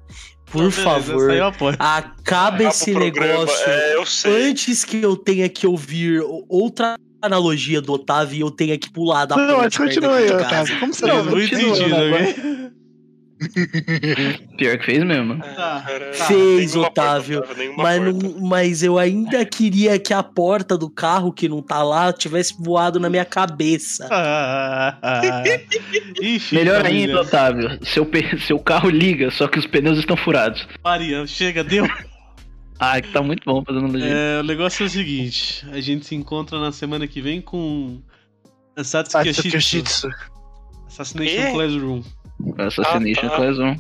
S6: por
S3: Então, Beleza, é
S6: favor,
S3: Saiu a porta.
S6: acaba
S2: Acaba
S6: esse
S2: o programa.
S6: negócio
S2: É, eu sei.
S6: antes que eu tenha que ouvir o- outra analogia do Otávio e eu tenha que pular da
S5: Não,
S6: ponte
S5: mas
S6: perto
S5: continua
S6: aqui
S5: aí,
S6: de casa.
S5: Otávio. Como você
S3: Não, não
S5: continua,
S3: entendi,
S5: né?
S3: né?
S4: Pior que fez mesmo.
S3: Tá,
S2: Cara,
S3: tá.
S6: Fez,
S2: nenhuma porta,
S6: Otávio,
S2: nenhuma
S6: Mas,
S2: porta.
S6: não, mas eu ainda queria que a porta do carro que não tá lá tivesse voado na minha cabeça.
S3: Enfim,
S4: Melhor
S3: família.
S4: ainda, Otávio. Seu, pe- seu carro liga, só que os pneus estão furados.
S3: Maria, chega, deu.
S4: Ah, que tá muito bom fazendo analogia.
S3: É, o negócio é o seguinte: a gente se encontra na semana que vem com Satsuki Ashitsu,
S5: Satsukyoshitsu.
S3: Assassination
S2: Quê?
S3: Classroom.
S4: Assassination
S2: Ah, tá.
S4: Class 1.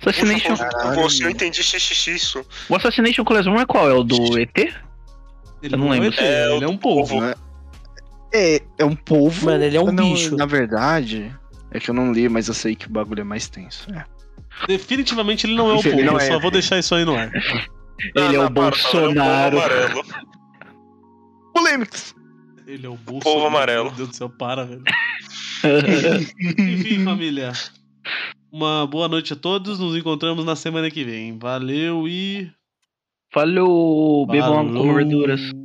S4: Assassination...
S2: Puxa,
S5: Caralho.
S2: Você eu entendi xixi isso.
S4: O Assassination Class 1 é qual? É o do ET?
S3: Ele
S4: Eu não
S3: É, um
S4: lembro.
S3: ET,
S2: É,
S3: ele é um povo.
S5: É, é um polvo.
S6: Mano, ele é um
S5: Não,
S6: bicho.
S5: Na verdade, é que eu não li, mas eu sei que o bagulho é mais tenso. É.
S3: Definitivamente ele não é um
S5: Ele
S3: povo.
S5: não
S3: Eu
S5: é.
S3: só vou deixar isso aí no ar.
S4: Ele é o
S2: para,
S4: Bolsonaro.
S2: para, é o povo amarelo.
S5: Polêmicos.
S3: Ele é o Bolsonaro.
S2: Povo amarelo.
S3: Meu Deus do céu, para, velho. Enfim, família. Uma boa noite a todos. Nos encontramos na semana que vem. Valeu e.
S4: Falou, bebam
S3: Falou.
S4: com gorduras.